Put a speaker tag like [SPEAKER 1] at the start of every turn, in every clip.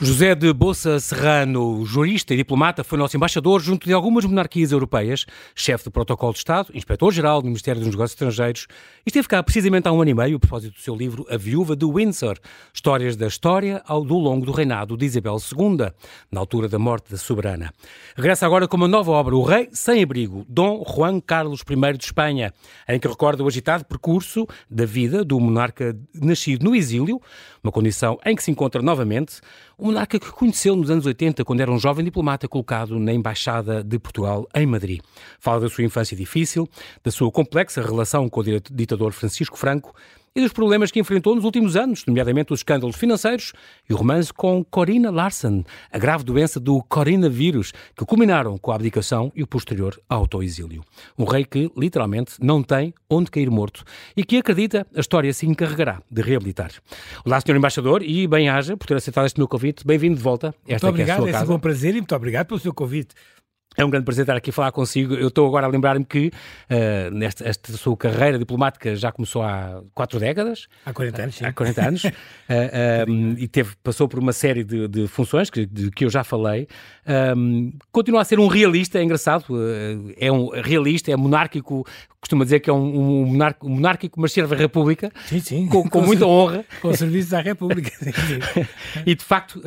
[SPEAKER 1] José de Bolsa Serrano, jurista e diplomata, foi nosso embaixador junto de algumas monarquias europeias, chefe do protocolo de Estado, inspetor-geral do Ministério dos Negócios Estrangeiros e esteve cá precisamente há um ano e meio a propósito do seu livro A Viúva de Windsor, histórias da história ao do longo do reinado de Isabel II, na altura da morte da soberana. Regressa agora com uma nova obra, O Rei Sem Abrigo, Dom Juan Carlos I de Espanha, em que recorda o agitado percurso da vida do monarca nascido no exílio, uma condição em que se encontra novamente, um monarca que conheceu nos anos 80, quando era um jovem diplomata colocado na Embaixada de Portugal em Madrid. Fala da sua infância difícil, da sua complexa relação com o ditador Francisco Franco e dos problemas que enfrentou nos últimos anos, nomeadamente os escândalos financeiros e o romance com Corina Larsen, a grave doença do coronavírus, que culminaram com a abdicação e o posterior autoexílio. Um rei que, literalmente, não tem onde cair morto e que acredita a história se encarregará de reabilitar. Olá, Sr. Embaixador, e bem-aja por ter aceitado este meu convite. Bem-vindo de volta.
[SPEAKER 2] Esta muito obrigado, é, é sempre um prazer e muito obrigado pelo seu convite.
[SPEAKER 1] É um grande prazer estar aqui a falar consigo. Eu estou agora a lembrar-me que uh, nesta esta sua carreira diplomática já começou há quatro décadas.
[SPEAKER 2] Há 40 anos, sim.
[SPEAKER 1] Há 40 anos. uh, um, e teve, passou por uma série de, de funções que, de, que eu já falei. Um, continua a ser um realista, é engraçado. Uh, é um realista, é monárquico. Costuma dizer que é um, um monárquico, monárquico, mas serve a República.
[SPEAKER 2] Sim, sim.
[SPEAKER 1] Com, com, com muita honra.
[SPEAKER 2] Com o serviço à República.
[SPEAKER 1] e, de facto,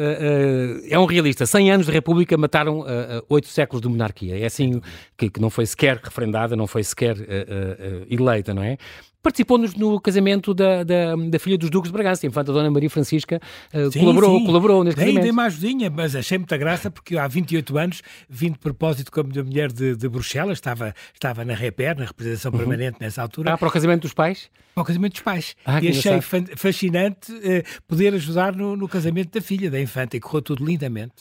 [SPEAKER 1] é um realista. 100 anos de República mataram eh, oito séculos de monarquia. É assim que, que, não foi sequer referendada, não foi sequer uh, uh, eleita, não é? Participou-nos no casamento da, da, da, filha dos Duques de Bragança, a infanta Dona Maria Francisca, uh, sim, colaborou, sim. colaborou neste
[SPEAKER 2] dei,
[SPEAKER 1] casamento.
[SPEAKER 2] Dei uma ajudinha, mas achei muita graça porque há 28 anos vim de propósito com a minha mulher de, de Bruxelas, estava, estava na REPER, na representação uhum. permanente nessa altura.
[SPEAKER 1] Ah, para o casamento dos pais?
[SPEAKER 2] Para o casamento dos pais. Ah, e achei fascinante eh, poder ajudar no, no, casamento da filha, da infanta, e correu tudo lindamente.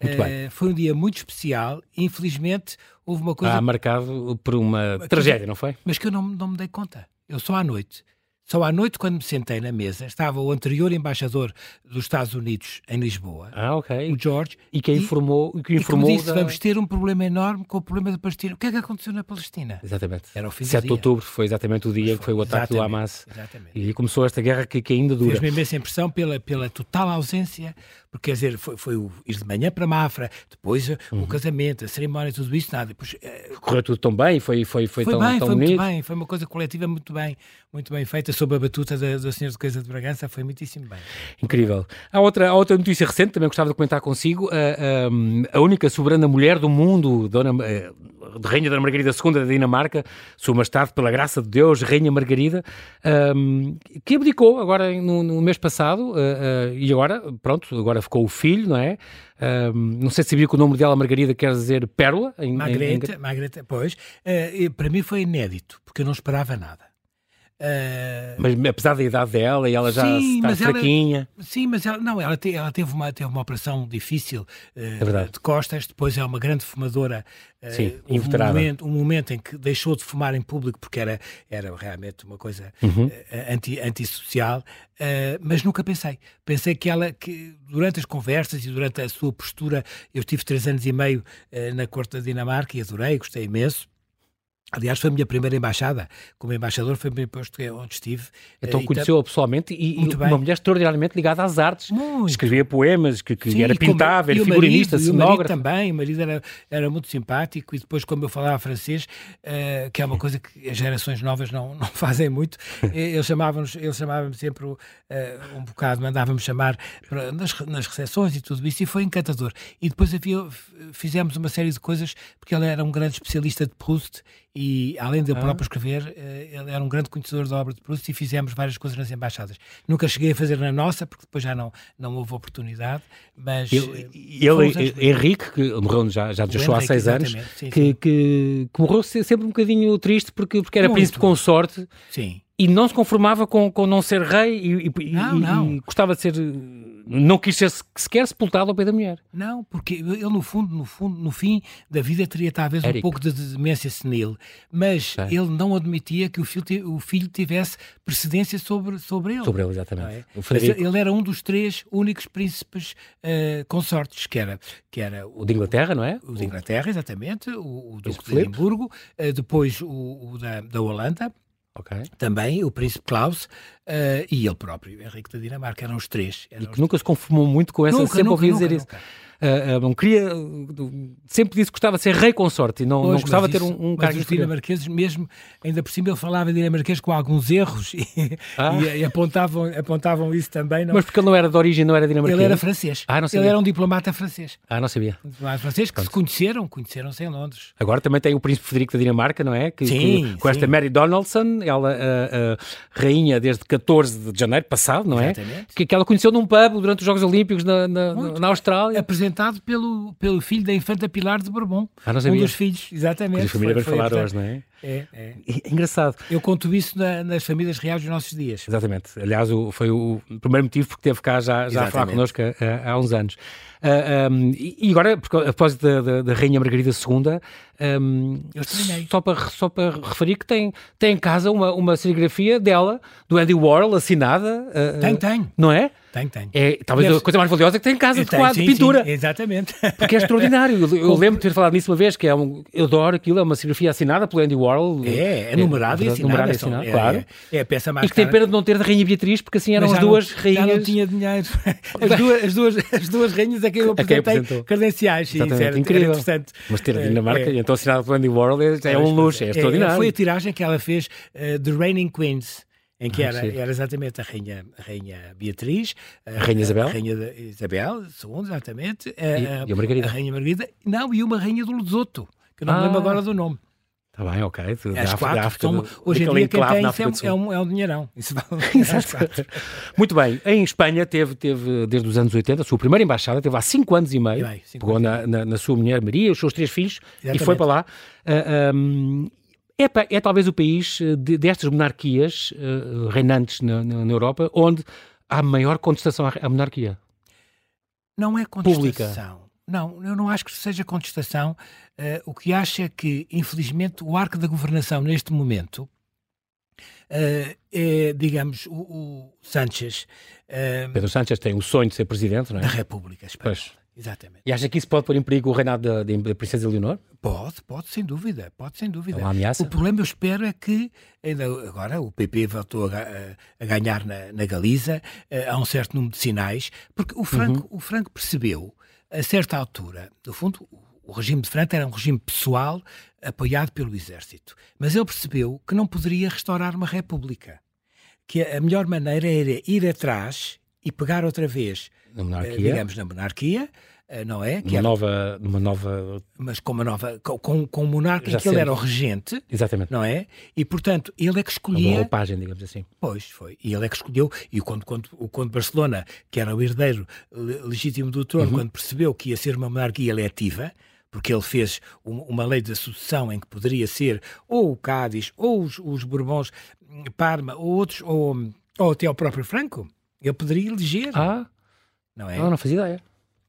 [SPEAKER 1] Muito bem.
[SPEAKER 2] Foi um dia muito especial, infelizmente houve uma coisa.
[SPEAKER 1] Ah, marcado por uma que, tragédia, não foi?
[SPEAKER 2] Mas que eu não, não me dei conta. Eu só à noite. Só à noite, quando me sentei na mesa, estava o anterior embaixador dos Estados Unidos em Lisboa,
[SPEAKER 1] ah, okay.
[SPEAKER 2] o George.
[SPEAKER 1] E que informou. E, que informou
[SPEAKER 2] e que disse, da... vamos ter um problema enorme com o problema da Palestina. O que é que aconteceu na Palestina?
[SPEAKER 1] Exatamente.
[SPEAKER 2] Era o fim
[SPEAKER 1] 7 de outubro foi exatamente o dia foi, que foi o ataque do Hamas. Exatamente. E começou esta guerra que, que ainda dura.
[SPEAKER 2] Fez-me imensa impressão pela, pela total ausência, porque quer dizer, foi, foi o ir de manhã para Mafra, depois uhum. o casamento, a cerimónia, tudo isso, nada. Depois,
[SPEAKER 1] Correu tudo tão bem, foi, foi, foi,
[SPEAKER 2] foi
[SPEAKER 1] tão,
[SPEAKER 2] bem,
[SPEAKER 1] tão
[SPEAKER 2] foi
[SPEAKER 1] bonito.
[SPEAKER 2] Muito bem, foi uma coisa coletiva muito bem, muito bem feita sob a batuta da, da Senhora Duquesa de Bragança foi muitíssimo bem.
[SPEAKER 1] Incrível. Há outra, há outra notícia recente, também gostava de comentar consigo. A, a, a única soberana mulher do mundo, Dona, a, Rainha Dona Margarida II da Dinamarca, Sua Majestade, pela graça de Deus, Rainha Margarida, ehm, que abdicou agora no, no mês passado eh, e agora, pronto, agora ficou o filho, não é? não sei se sabia que o nome dela, Margarida, quer dizer Pérola.
[SPEAKER 2] Em, Margareta, em... Margareta, pois. Eh, para mim foi inédito, porque eu não esperava nada. Eh,
[SPEAKER 1] Uh... Mas apesar da idade dela e ela já sim, está fraquinha.
[SPEAKER 2] Ela, sim, mas ela, não, ela, te, ela teve, uma, teve uma operação difícil uh, é de costas, depois é uma grande fumadora.
[SPEAKER 1] Uh, sim,
[SPEAKER 2] um momento, um momento em que deixou de fumar em público porque era, era realmente uma coisa uhum. uh, anti, antissocial, eh, mas nunca pensei. Pensei que ela, que durante as conversas e durante a sua postura, eu tive três anos e meio eh, na corte da Dinamarca e adorei, gostei imenso. Aliás, foi a minha primeira embaixada. Como embaixador, foi o primeiro posto é onde estive. eh,
[SPEAKER 1] Então conheceu-a pessoalmente e, e uma mulher extraordinariamente ligada às artes.
[SPEAKER 2] Muito.
[SPEAKER 1] Escrevia poemas, que, que Sim, era pintável, era figurinista,
[SPEAKER 2] é? marido, cenógrafo. E o marido também, o marido era, era muito simpático e depois, como eu falava francês, uh, que é uma coisa que as gerações novas não, não fazem muito, eh, ele chamava-nos ele chamava sempre uh, um bocado, mandava-me chamar para, nas, nas recepções e tudo isso, e foi encantador. E depois havia, fizemos uma série de coisas, porque ele era um grande especialista de Proust e além de eu próprio ah. escrever, ele era um grande conhecedor da obra de Proust e fizemos várias coisas nas embaixadas. Nunca cheguei a fazer na nossa, porque depois já não, não houve oportunidade, mas... eh,
[SPEAKER 1] Ele, ele Henrique, que morreu já, já deixou há seis anos, sim, que, sim. Que, que, morreu sempre um bocadinho triste porque, porque era Muito. príncipe consorte.
[SPEAKER 2] Sim
[SPEAKER 1] e não se conformava com, com não ser rei e, e,
[SPEAKER 2] não, não.
[SPEAKER 1] e gostava de ser. Não quis ser sequer sepultado ao pé da mulher.
[SPEAKER 2] Não, porque ele, no fundo, no fundo, no fim da vida, teria talvez Eric. um pouco de demência senil, mas Sei. ele não admitia que o filho, o filho tivesse precedência sobre, sobre ele.
[SPEAKER 1] Sobre ele, exatamente.
[SPEAKER 2] É? Ele era um dos três únicos príncipes uh, consortes, que era, que era
[SPEAKER 1] o, o de Inglaterra, não é?
[SPEAKER 2] eh, O de eh, Inglaterra, exatamente, o, o Duque de Edimburgo, uh, depois o, o da, da Holanda.
[SPEAKER 1] ok?
[SPEAKER 2] também, o príncipe Klaus eh, e ele próprio, Henrique da Dinamarca, eram os três. Eram
[SPEAKER 1] E
[SPEAKER 2] os
[SPEAKER 1] que nunca se conformou muito com essa,
[SPEAKER 2] Nunca,
[SPEAKER 1] sempre
[SPEAKER 2] nunca,
[SPEAKER 1] ouvi dizer
[SPEAKER 2] nunca,
[SPEAKER 1] isso.
[SPEAKER 2] nunca.
[SPEAKER 1] Ah, ah, não queria, sempre disse que gostava de ser rei consorte e não, não
[SPEAKER 2] Pois,
[SPEAKER 1] gostava
[SPEAKER 2] mas
[SPEAKER 1] de ter
[SPEAKER 2] isso-
[SPEAKER 1] um, um
[SPEAKER 2] mas
[SPEAKER 1] cargo
[SPEAKER 2] os
[SPEAKER 1] inferior.
[SPEAKER 2] dinamarqueses, mesmo, ainda por cima, ele falava dinamarquês com alguns erros e,
[SPEAKER 1] Ah.
[SPEAKER 2] e- e apontavam, apontavam isso também. não- é?
[SPEAKER 1] Mas porque ele não era de origem, não era dinamarquês.
[SPEAKER 2] ele era francês.
[SPEAKER 1] Ah, não
[SPEAKER 2] ele
[SPEAKER 1] sabia.
[SPEAKER 2] era um diplomata francês.
[SPEAKER 1] Ah, não sabia.
[SPEAKER 2] Um diplomata francês que se conheceram, conheceram-se em Londres.
[SPEAKER 1] Agora também tem o príncipe Frederico da Dinamarca, não é? Que,
[SPEAKER 2] Sim,
[SPEAKER 1] que- com esta
[SPEAKER 2] sim.
[SPEAKER 1] Mary Donaldson, ela ah, ah, rainha desde 14 de janeiro passado, não é?
[SPEAKER 2] Exatamente.
[SPEAKER 1] Que, que ela conheceu num pub durante os Jogos Olímpicos na, na, na
[SPEAKER 2] É,
[SPEAKER 1] Austrália.
[SPEAKER 2] Apresentado pelo, pelo filho da infanta Pilar de Bourbon.
[SPEAKER 1] Ah, não
[SPEAKER 2] um
[SPEAKER 1] sabia.
[SPEAKER 2] dos filhos, exatamente.
[SPEAKER 1] Cuja família vai
[SPEAKER 2] Foi- foi
[SPEAKER 1] falar
[SPEAKER 2] apresentado-
[SPEAKER 1] hoje, não é?
[SPEAKER 2] É, é.
[SPEAKER 1] É Engraçado.
[SPEAKER 2] Eu conto isso na- nas famílias reais dos nossos dias.
[SPEAKER 1] Exatamente. Aliás, o- foi o primeiro motivo porque teve cá já, já a falar
[SPEAKER 2] Exatamente.
[SPEAKER 1] connosco ah, há uns anos. Ah, ahm, e e agora, porque, a propósito da, da- da Rainha Margarida II, ahm,
[SPEAKER 2] Eu estranhei.
[SPEAKER 1] só, para, só para referir que tem, tem em casa uma, uma serigrafia dela, do Andy Warhol, assinada. ah,
[SPEAKER 2] Tem,
[SPEAKER 1] ah,
[SPEAKER 2] tem.
[SPEAKER 1] Não é?
[SPEAKER 2] Tem, tem.
[SPEAKER 1] É talvez
[SPEAKER 2] Deve-
[SPEAKER 1] a coisa mais valiosa é que tem em casa,
[SPEAKER 2] Eu
[SPEAKER 1] de
[SPEAKER 2] tenho,
[SPEAKER 1] quadro,
[SPEAKER 2] sim,
[SPEAKER 1] de pintura.
[SPEAKER 2] sim, exatamente.
[SPEAKER 1] Porque é extraordinário. Eu, eu lembro de ter falado nisso uma vez, que é um, eu adoro aquilo, é uma serigrafia assinada pelo Andy Warhol.
[SPEAKER 2] É, é numerado
[SPEAKER 1] verdade,
[SPEAKER 2] e assinado.
[SPEAKER 1] numerado e
[SPEAKER 2] é só-
[SPEAKER 1] assinado,
[SPEAKER 2] é-
[SPEAKER 1] claro.
[SPEAKER 2] É, é a peça mais
[SPEAKER 1] E que tem
[SPEAKER 2] cara.
[SPEAKER 1] pena de não ter da Rainha Beatriz, porque assim eram
[SPEAKER 2] Mas
[SPEAKER 1] as
[SPEAKER 2] já não-
[SPEAKER 1] duas
[SPEAKER 2] Já não
[SPEAKER 1] rainhas.
[SPEAKER 2] tinha dinheiro. As duas, as duas, as duas rainhas a quem eu
[SPEAKER 1] A quem
[SPEAKER 2] apresentei
[SPEAKER 1] apresentou.
[SPEAKER 2] credenciais. Sim, isso
[SPEAKER 1] Exatamente,
[SPEAKER 2] era, era
[SPEAKER 1] incrível.
[SPEAKER 2] interessante.
[SPEAKER 1] Mas ter a
[SPEAKER 2] É,
[SPEAKER 1] Dinamarca,
[SPEAKER 2] é.
[SPEAKER 1] e então assinada pelo Andy Warhol, é, é um luxo, é, extraordinário.
[SPEAKER 2] Foi a tiragem que ela fez eh, de Reigning Queens. Em que
[SPEAKER 1] Ah,
[SPEAKER 2] era,
[SPEAKER 1] sim.
[SPEAKER 2] era exatamente a Rainha, a rainha Beatriz, a
[SPEAKER 1] Rainha Isabel?
[SPEAKER 2] a Rainha da- Isabel II, exatamente, eh, a,
[SPEAKER 1] e a Margarida?
[SPEAKER 2] Rainha Margarida, não, e uma Rainha do Lusotho, que eu não
[SPEAKER 1] Ah.
[SPEAKER 2] me lembro agora do nome.
[SPEAKER 1] Está Tá bem, ok. de- da
[SPEAKER 2] É,
[SPEAKER 1] África-
[SPEAKER 2] As
[SPEAKER 1] da
[SPEAKER 2] quatro,
[SPEAKER 1] África
[SPEAKER 2] são,
[SPEAKER 1] do-
[SPEAKER 2] hoje
[SPEAKER 1] daquele
[SPEAKER 2] em dia quem
[SPEAKER 1] enclave
[SPEAKER 2] tem é
[SPEAKER 1] na
[SPEAKER 2] isso
[SPEAKER 1] África
[SPEAKER 2] é,
[SPEAKER 1] do
[SPEAKER 2] um-
[SPEAKER 1] Sul.
[SPEAKER 2] é um, é um dinheirão. Isso vale às um quatro.
[SPEAKER 1] Muito bem, em Espanha teve, teve desde os anos 80, a sua primeira embaixada, teve há 5 anos e meio,
[SPEAKER 2] E bem, cinco
[SPEAKER 1] pegou na, na, na sua mulher Maria, os seus três filhos e
[SPEAKER 2] Exatamente.
[SPEAKER 1] foi para lá. Ah, ahm, é, pa- é talvez o país eh, de- destas monarquias eh, reinantes na, na- na Europa onde há maior contestação à, à monarquia.
[SPEAKER 2] Não é
[SPEAKER 1] Pública.
[SPEAKER 2] contestação. Não, eu não acho que seja contestação. Eh, o que acho é que, infelizmente, o arco da governação neste momento eh, é, digamos, o, o Sánchez eh,
[SPEAKER 1] Pedro Sánchez tem o sonho de ser presidente, não
[SPEAKER 2] da
[SPEAKER 1] é?
[SPEAKER 2] República Espanhola.
[SPEAKER 1] Pois.
[SPEAKER 2] Exatamente.
[SPEAKER 1] E acha que isso pode pôr em perigo o reinado da, da- da princesa Leonor?
[SPEAKER 2] Pode, pode, sem dúvida, pode, sem dúvida.
[SPEAKER 1] É uma ameaça?
[SPEAKER 2] O problema, eu espero, é que ainda agora o PP voltou a, ga- a ganhar na, na Galiza, eh, há um certo número de sinais, porque o Franco,
[SPEAKER 1] Uhum.
[SPEAKER 2] o Franco percebeu, a certa altura, no fundo, o- o regime de Franco era um regime pessoal apoiado pelo exército, mas ele percebeu que não poderia restaurar uma república, que a a melhor maneira era ir atrás e pegar outra vez,
[SPEAKER 1] Na
[SPEAKER 2] eh,
[SPEAKER 1] monarquia?
[SPEAKER 2] digamos, na monarquia, eh, não é? Que
[SPEAKER 1] Numa
[SPEAKER 2] era
[SPEAKER 1] nova, numa nova.
[SPEAKER 2] mas com uma nova com, com, com um monarca
[SPEAKER 1] Já
[SPEAKER 2] em que ele
[SPEAKER 1] sei.
[SPEAKER 2] era o regente
[SPEAKER 1] Exatamente.
[SPEAKER 2] não é e portanto ele é que
[SPEAKER 1] Uma
[SPEAKER 2] escolhia
[SPEAKER 1] roupagem, digamos assim.
[SPEAKER 2] pois foi e ele é que escolheu e quando quando o conde de Barcelona que era o herdeiro le- legítimo do
[SPEAKER 1] Uhum.
[SPEAKER 2] trono quando percebeu que ia ser uma monarquia eletiva porque ele fez um- uma lei da sucessão em que poderia ser ou o Cádiz ou os, os Bourbons hum, Parma ou outros ou, hum, ou até o próprio Franco ele poderia eleger
[SPEAKER 1] Ah,
[SPEAKER 2] não é
[SPEAKER 1] ah, não fazia ideia.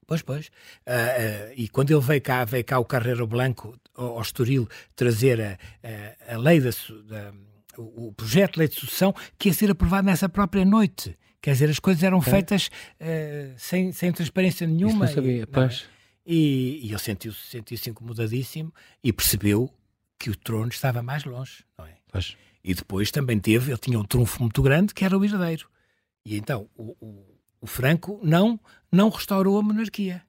[SPEAKER 2] Pois, pois. Ah, ah, e quando ele veio cá, veio cá o Carreiro Blanco ao, ao Estoril trazer a, a- a lei da, su- da- o o projeto de lei de sucessão que ia ser aprovado nessa própria noite. Quer dizer, as coisas eram feitas ah, sem, sem transparência
[SPEAKER 1] É. Isso
[SPEAKER 2] nenhuma.
[SPEAKER 1] não sabia.
[SPEAKER 2] E, não é?
[SPEAKER 1] pois.
[SPEAKER 2] E- e ele sentiu-se sentiu incomodadíssimo e percebeu que o trono estava mais longe, não é?
[SPEAKER 1] Pois.
[SPEAKER 2] E depois também teve, ele tinha um trunfo muito grande, que era o herdeiro. E então o, o- o Franco não, não restaurou a monarquia.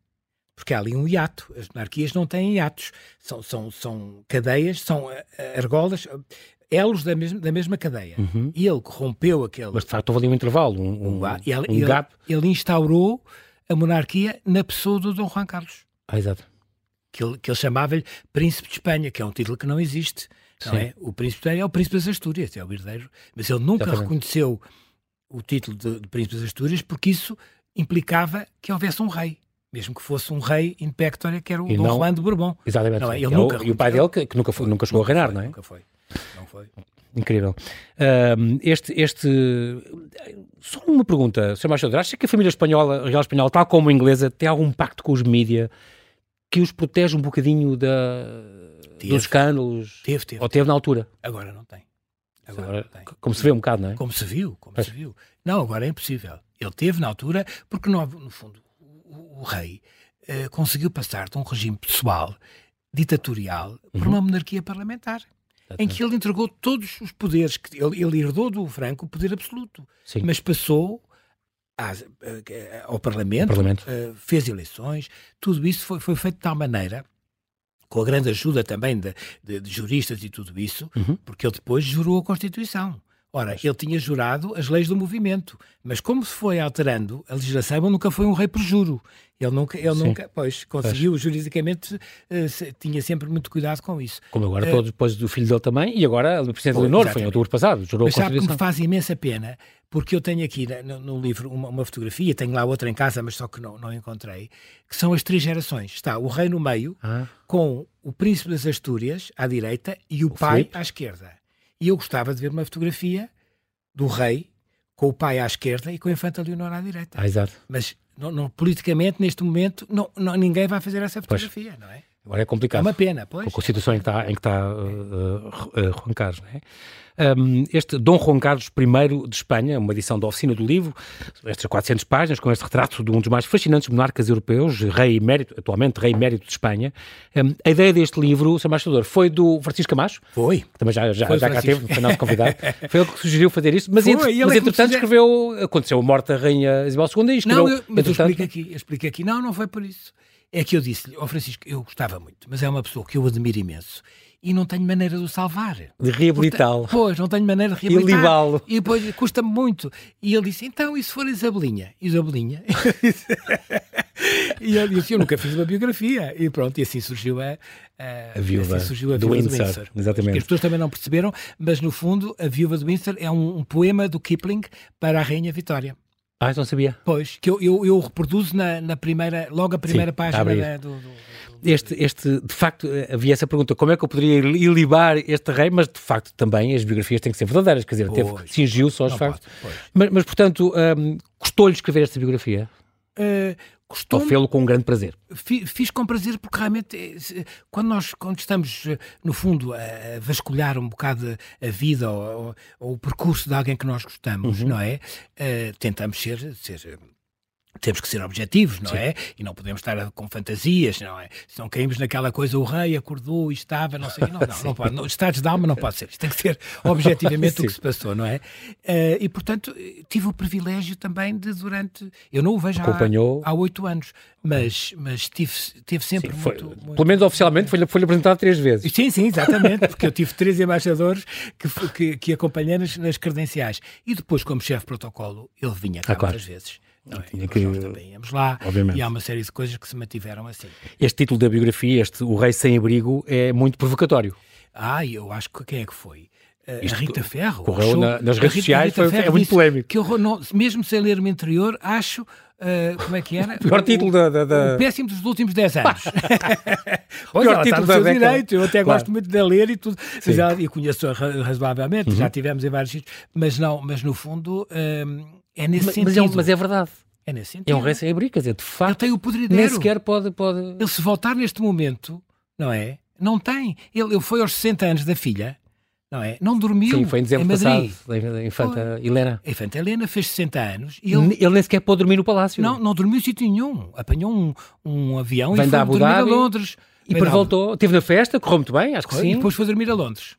[SPEAKER 2] Porque há ali um hiato. As monarquias não têm hiatos. São, são, são cadeias, são eh, eh, argolas, eh, elos da mesma, da mesma cadeia. E ele corrompeu aquele.
[SPEAKER 1] Uhum. Mas de facto houve ali um intervalo, um, um,
[SPEAKER 2] o há- e ele,
[SPEAKER 1] um
[SPEAKER 2] ele-
[SPEAKER 1] gap.
[SPEAKER 2] ele instaurou a monarquia na pessoa do Dom Juan Carlos.
[SPEAKER 1] Ah, exato.
[SPEAKER 2] Que ele, que ele chamava-lhe Príncipe de Espanha, que é um título que não existe. Não
[SPEAKER 1] Sim.
[SPEAKER 2] é? O Príncipe de Espanha é o Príncipe das Astúrias, é o herdeiro. Mas ele nunca
[SPEAKER 1] Exatamente.
[SPEAKER 2] reconheceu o título de, de Príncipe das Astúrias porque isso implicava que houvesse um rei, mesmo que fosse um rei in pectore, que era o
[SPEAKER 1] E
[SPEAKER 2] Dom
[SPEAKER 1] não-
[SPEAKER 2] Juan de Bourbon.
[SPEAKER 1] Exatamente.
[SPEAKER 2] Não, ele
[SPEAKER 1] E
[SPEAKER 2] nunca
[SPEAKER 1] o- e o pai dele, que, que nunca, foi, nunca chegou a reinar,
[SPEAKER 2] Foi,
[SPEAKER 1] não é?
[SPEAKER 2] Nunca foi. Não foi.
[SPEAKER 1] Incrível. Ahm, este, este. Só uma pergunta, Sr. Machado. Acha que a família espanhola, a real espanhola, tal como a inglesa, tem algum pacto com os mídia que os protege um bocadinho da,
[SPEAKER 2] Teve.
[SPEAKER 1] dos escândalos?
[SPEAKER 2] Teve, teve.
[SPEAKER 1] Ou teve na altura?
[SPEAKER 2] Agora não tem. Agora, não tem.
[SPEAKER 1] como se vê um bocado, não é?
[SPEAKER 2] Como se viu, como
[SPEAKER 1] Pois.
[SPEAKER 2] se viu. Não, agora é impossível. Ele teve na altura, porque no, no fundo o, o rei eh,
[SPEAKER 1] Uhum.
[SPEAKER 2] conseguiu passar de um regime pessoal, ditatorial, para uma monarquia parlamentar. em que ele entregou todos os poderes. que Ele, ele herdou do Franco o poder absoluto,
[SPEAKER 1] Sim.
[SPEAKER 2] mas passou às- eh, ao Parlamento,
[SPEAKER 1] Parlamento.
[SPEAKER 2] eh, fez eleições, tudo isso foi, foi feito de tal maneira, com a grande ajuda também de, de- de juristas e tudo isso,
[SPEAKER 1] Uhum.
[SPEAKER 2] porque ele depois jurou a Constituição. Ora, ele tinha jurado as leis do movimento, mas como se foi alterando a legislação, ele nunca foi um rei por juro. Ele nunca, ele
[SPEAKER 1] Sim.
[SPEAKER 2] nunca pois, conseguiu juridicamente, eh, se- tinha sempre muito cuidado com isso.
[SPEAKER 1] Como agora todos, depois do filho dele também, e agora o Presidente Leonor, foi em
[SPEAKER 2] Eh, exatamente.
[SPEAKER 1] outubro passado, jurou a
[SPEAKER 2] Mas sabe que me
[SPEAKER 1] Constituição.
[SPEAKER 2] faz imensa pena, porque eu tenho aqui na- no, no livro uma, uma fotografia, tenho lá outra em casa, mas só que não, não encontrei, que são as três gerações. Está o rei no meio,
[SPEAKER 1] Ah,
[SPEAKER 2] com o príncipe das Astúrias à direita e o, pai
[SPEAKER 1] Filipe.
[SPEAKER 2] à esquerda. E eu gostava de ver uma fotografia do rei com o pai à esquerda e com a infanta Leonor à direita.
[SPEAKER 1] ah, exato.
[SPEAKER 2] Mas não, não- politicamente, neste momento, não, não- ninguém vai fazer essa
[SPEAKER 1] Pois.
[SPEAKER 2] fotografia, não é?
[SPEAKER 1] Agora é
[SPEAKER 2] É
[SPEAKER 1] complicado.
[SPEAKER 2] uma pena, pois.
[SPEAKER 1] com a situação em que está, em que tá, está uh, uh, Juan Carlos. Não é? Um, este Dom Juan Carlos I de Espanha, uma edição da oficina do livro, estas 400 páginas, com este retrato de um dos mais fascinantes monarcas europeus, rei emérito, atualmente rei emérito de Espanha. Um, a ideia deste livro, Sr. Mastador, foi do Francisco Camacho,
[SPEAKER 2] Foi.
[SPEAKER 1] que também já, já,
[SPEAKER 2] Foi o
[SPEAKER 1] já cá
[SPEAKER 2] Francisco.
[SPEAKER 1] teve, foi nosso convidado. Foi ele que sugeriu fazer isso, mas,
[SPEAKER 2] Foi,
[SPEAKER 1] entre-
[SPEAKER 2] ele é
[SPEAKER 1] mas
[SPEAKER 2] que me
[SPEAKER 1] entretanto
[SPEAKER 2] sugere-
[SPEAKER 1] escreveu, aconteceu a morte da Rainha Isabel II e escreveu,
[SPEAKER 2] Não, eu, mas eu
[SPEAKER 1] entretanto, né?
[SPEAKER 2] explico aqui, eu explico aqui. Não, não foi por isso. É que eu disse-lhe, ó Francisco, eu gostava muito, mas é uma pessoa que eu admiro imenso e não tenho maneira de o salvar.
[SPEAKER 1] de reabilitá-lo.
[SPEAKER 2] Pois, não tenho maneira de reabilitar.
[SPEAKER 1] libá-lo.
[SPEAKER 2] E depois custa-me muito. E ele disse, então, e se for Isabelinha? Isabelinha? e ele disse, eu nunca fiz uma biografia. E pronto, e assim surgiu a, a,
[SPEAKER 1] A viúva
[SPEAKER 2] assim surgiu a
[SPEAKER 1] do
[SPEAKER 2] viúva
[SPEAKER 1] Windsor,
[SPEAKER 2] do Windsor.
[SPEAKER 1] exatamente.
[SPEAKER 2] Que as pessoas também não perceberam, mas no fundo, a viúva do Windsor é um- um poema do Kipling para a Rainha Vitória.
[SPEAKER 1] Ah, isso não sabia.
[SPEAKER 2] Pois, que eu, eu, eu reproduzo na, na primeira, logo a primeira
[SPEAKER 1] Sim,
[SPEAKER 2] página
[SPEAKER 1] abre
[SPEAKER 2] da- do, do-
[SPEAKER 1] Este, este, de facto, eh, havia essa pergunta: como é que eu poderia ilibar este rei? Mas, de facto, também as biografias têm que ser verdadeiras, quer dizer, teve,
[SPEAKER 2] Pois,
[SPEAKER 1] cingiu só os
[SPEAKER 2] não
[SPEAKER 1] factos.
[SPEAKER 2] pode, pois.
[SPEAKER 1] Mas, mas, portanto, hum, custou-lhe escrever esta biografia?
[SPEAKER 2] Eh,
[SPEAKER 1] Ou
[SPEAKER 2] costume,
[SPEAKER 1] fê-lo com um grande prazer?
[SPEAKER 2] fi- fiz com prazer porque realmente eh, se- quando nós quando estamos eh, no fundo a, a vasculhar um bocado a vida ou, ou- ou o percurso de alguém que nós gostamos, não é? Eh, tentamos ser, ser eh, temos que ser objetivos, não é? E não podemos estar com fantasias, não é? Se não caímos naquela coisa, o rei acordou e estava, não sei, não, não, não pode. Não, estados de alma não pode ser. Isto tem que ser objetivamente o que
[SPEAKER 1] Sim.
[SPEAKER 2] se passou, não é? Eh, e, portanto, eh, tive o privilégio também de durante... Eu não o vejo há-
[SPEAKER 1] Acompanhou.
[SPEAKER 2] Ah, há oito anos, mas, mas tive, tive sempre
[SPEAKER 1] Foi-
[SPEAKER 2] muito... muito-
[SPEAKER 1] Pelo menos oficialmente foi-lhe foi apresentado três vezes.
[SPEAKER 2] Sim, sim, exatamente, porque eu tive três embaixadores que, f- que, que acompanhei nas, nas credenciais. E depois, como chefe de protocolo, ele vinha cá
[SPEAKER 1] Ah, claro.
[SPEAKER 2] muitas vezes. Não é?
[SPEAKER 1] Tinha
[SPEAKER 2] Nós
[SPEAKER 1] que-
[SPEAKER 2] também íamos lá
[SPEAKER 1] Obviamente.
[SPEAKER 2] e há uma série de coisas que se mantiveram assim.
[SPEAKER 1] Este título da biografia, este O Rei Sem Abrigo, é muito provocatório.
[SPEAKER 2] Ah, eu acho que quem é que foi? Eh, a Rita Ferro.
[SPEAKER 1] correu
[SPEAKER 2] achou-
[SPEAKER 1] na- nas
[SPEAKER 2] a
[SPEAKER 1] redes
[SPEAKER 2] Rita-
[SPEAKER 1] sociais,
[SPEAKER 2] Rita
[SPEAKER 1] foi-
[SPEAKER 2] Ferro
[SPEAKER 1] é muito
[SPEAKER 2] disse
[SPEAKER 1] polémico.
[SPEAKER 2] Que eu, não, mesmo sem ler o interior, acho. eh, como é que era? o
[SPEAKER 1] pior título da- da- da-
[SPEAKER 2] o péssimo dos últimos 10 anos. pois
[SPEAKER 1] Pior
[SPEAKER 2] ela está
[SPEAKER 1] título
[SPEAKER 2] no
[SPEAKER 1] da
[SPEAKER 2] seu
[SPEAKER 1] década.
[SPEAKER 2] direito, eu até
[SPEAKER 1] Claro.
[SPEAKER 2] gosto muito de a ler e tudo. Mas ela- e conheço-a ra- razoavelmente,
[SPEAKER 1] Uhum.
[SPEAKER 2] já tivemos em vários sítios. Mas não, mas no fundo eh, é nesse
[SPEAKER 1] Mas,
[SPEAKER 2] sentido.
[SPEAKER 1] mas é, um- mas é verdade.
[SPEAKER 2] É nesse sentido.
[SPEAKER 1] É um rei sem abrigo, quer dizer, de
[SPEAKER 2] Ele
[SPEAKER 1] facto,
[SPEAKER 2] tem o podridero.
[SPEAKER 1] nem sequer pode. pode...
[SPEAKER 2] Ele se voltar neste momento, não é? Não tem. Ele, ele foi aos 60 anos da filha, não é? Não dormiu
[SPEAKER 1] Sim, foi em dezembro
[SPEAKER 2] em É Madrid.
[SPEAKER 1] passado, da da infanta Helena.
[SPEAKER 2] A infanta Helena fez 60 anos e ele
[SPEAKER 1] Ele... ele nem sequer pôde dormir no palácio.
[SPEAKER 2] não, não dormiu em sítio nenhum. Apanhou um, um avião
[SPEAKER 1] Vem
[SPEAKER 2] e
[SPEAKER 1] da
[SPEAKER 2] foi
[SPEAKER 1] Abu
[SPEAKER 2] dormir
[SPEAKER 1] Dhabi
[SPEAKER 2] a Londres.
[SPEAKER 1] E
[SPEAKER 2] Vem
[SPEAKER 1] depois
[SPEAKER 2] da Abu-
[SPEAKER 1] voltou, esteve na festa, correu muito bem, acho que
[SPEAKER 2] E
[SPEAKER 1] sim.
[SPEAKER 2] depois foi dormir a Londres.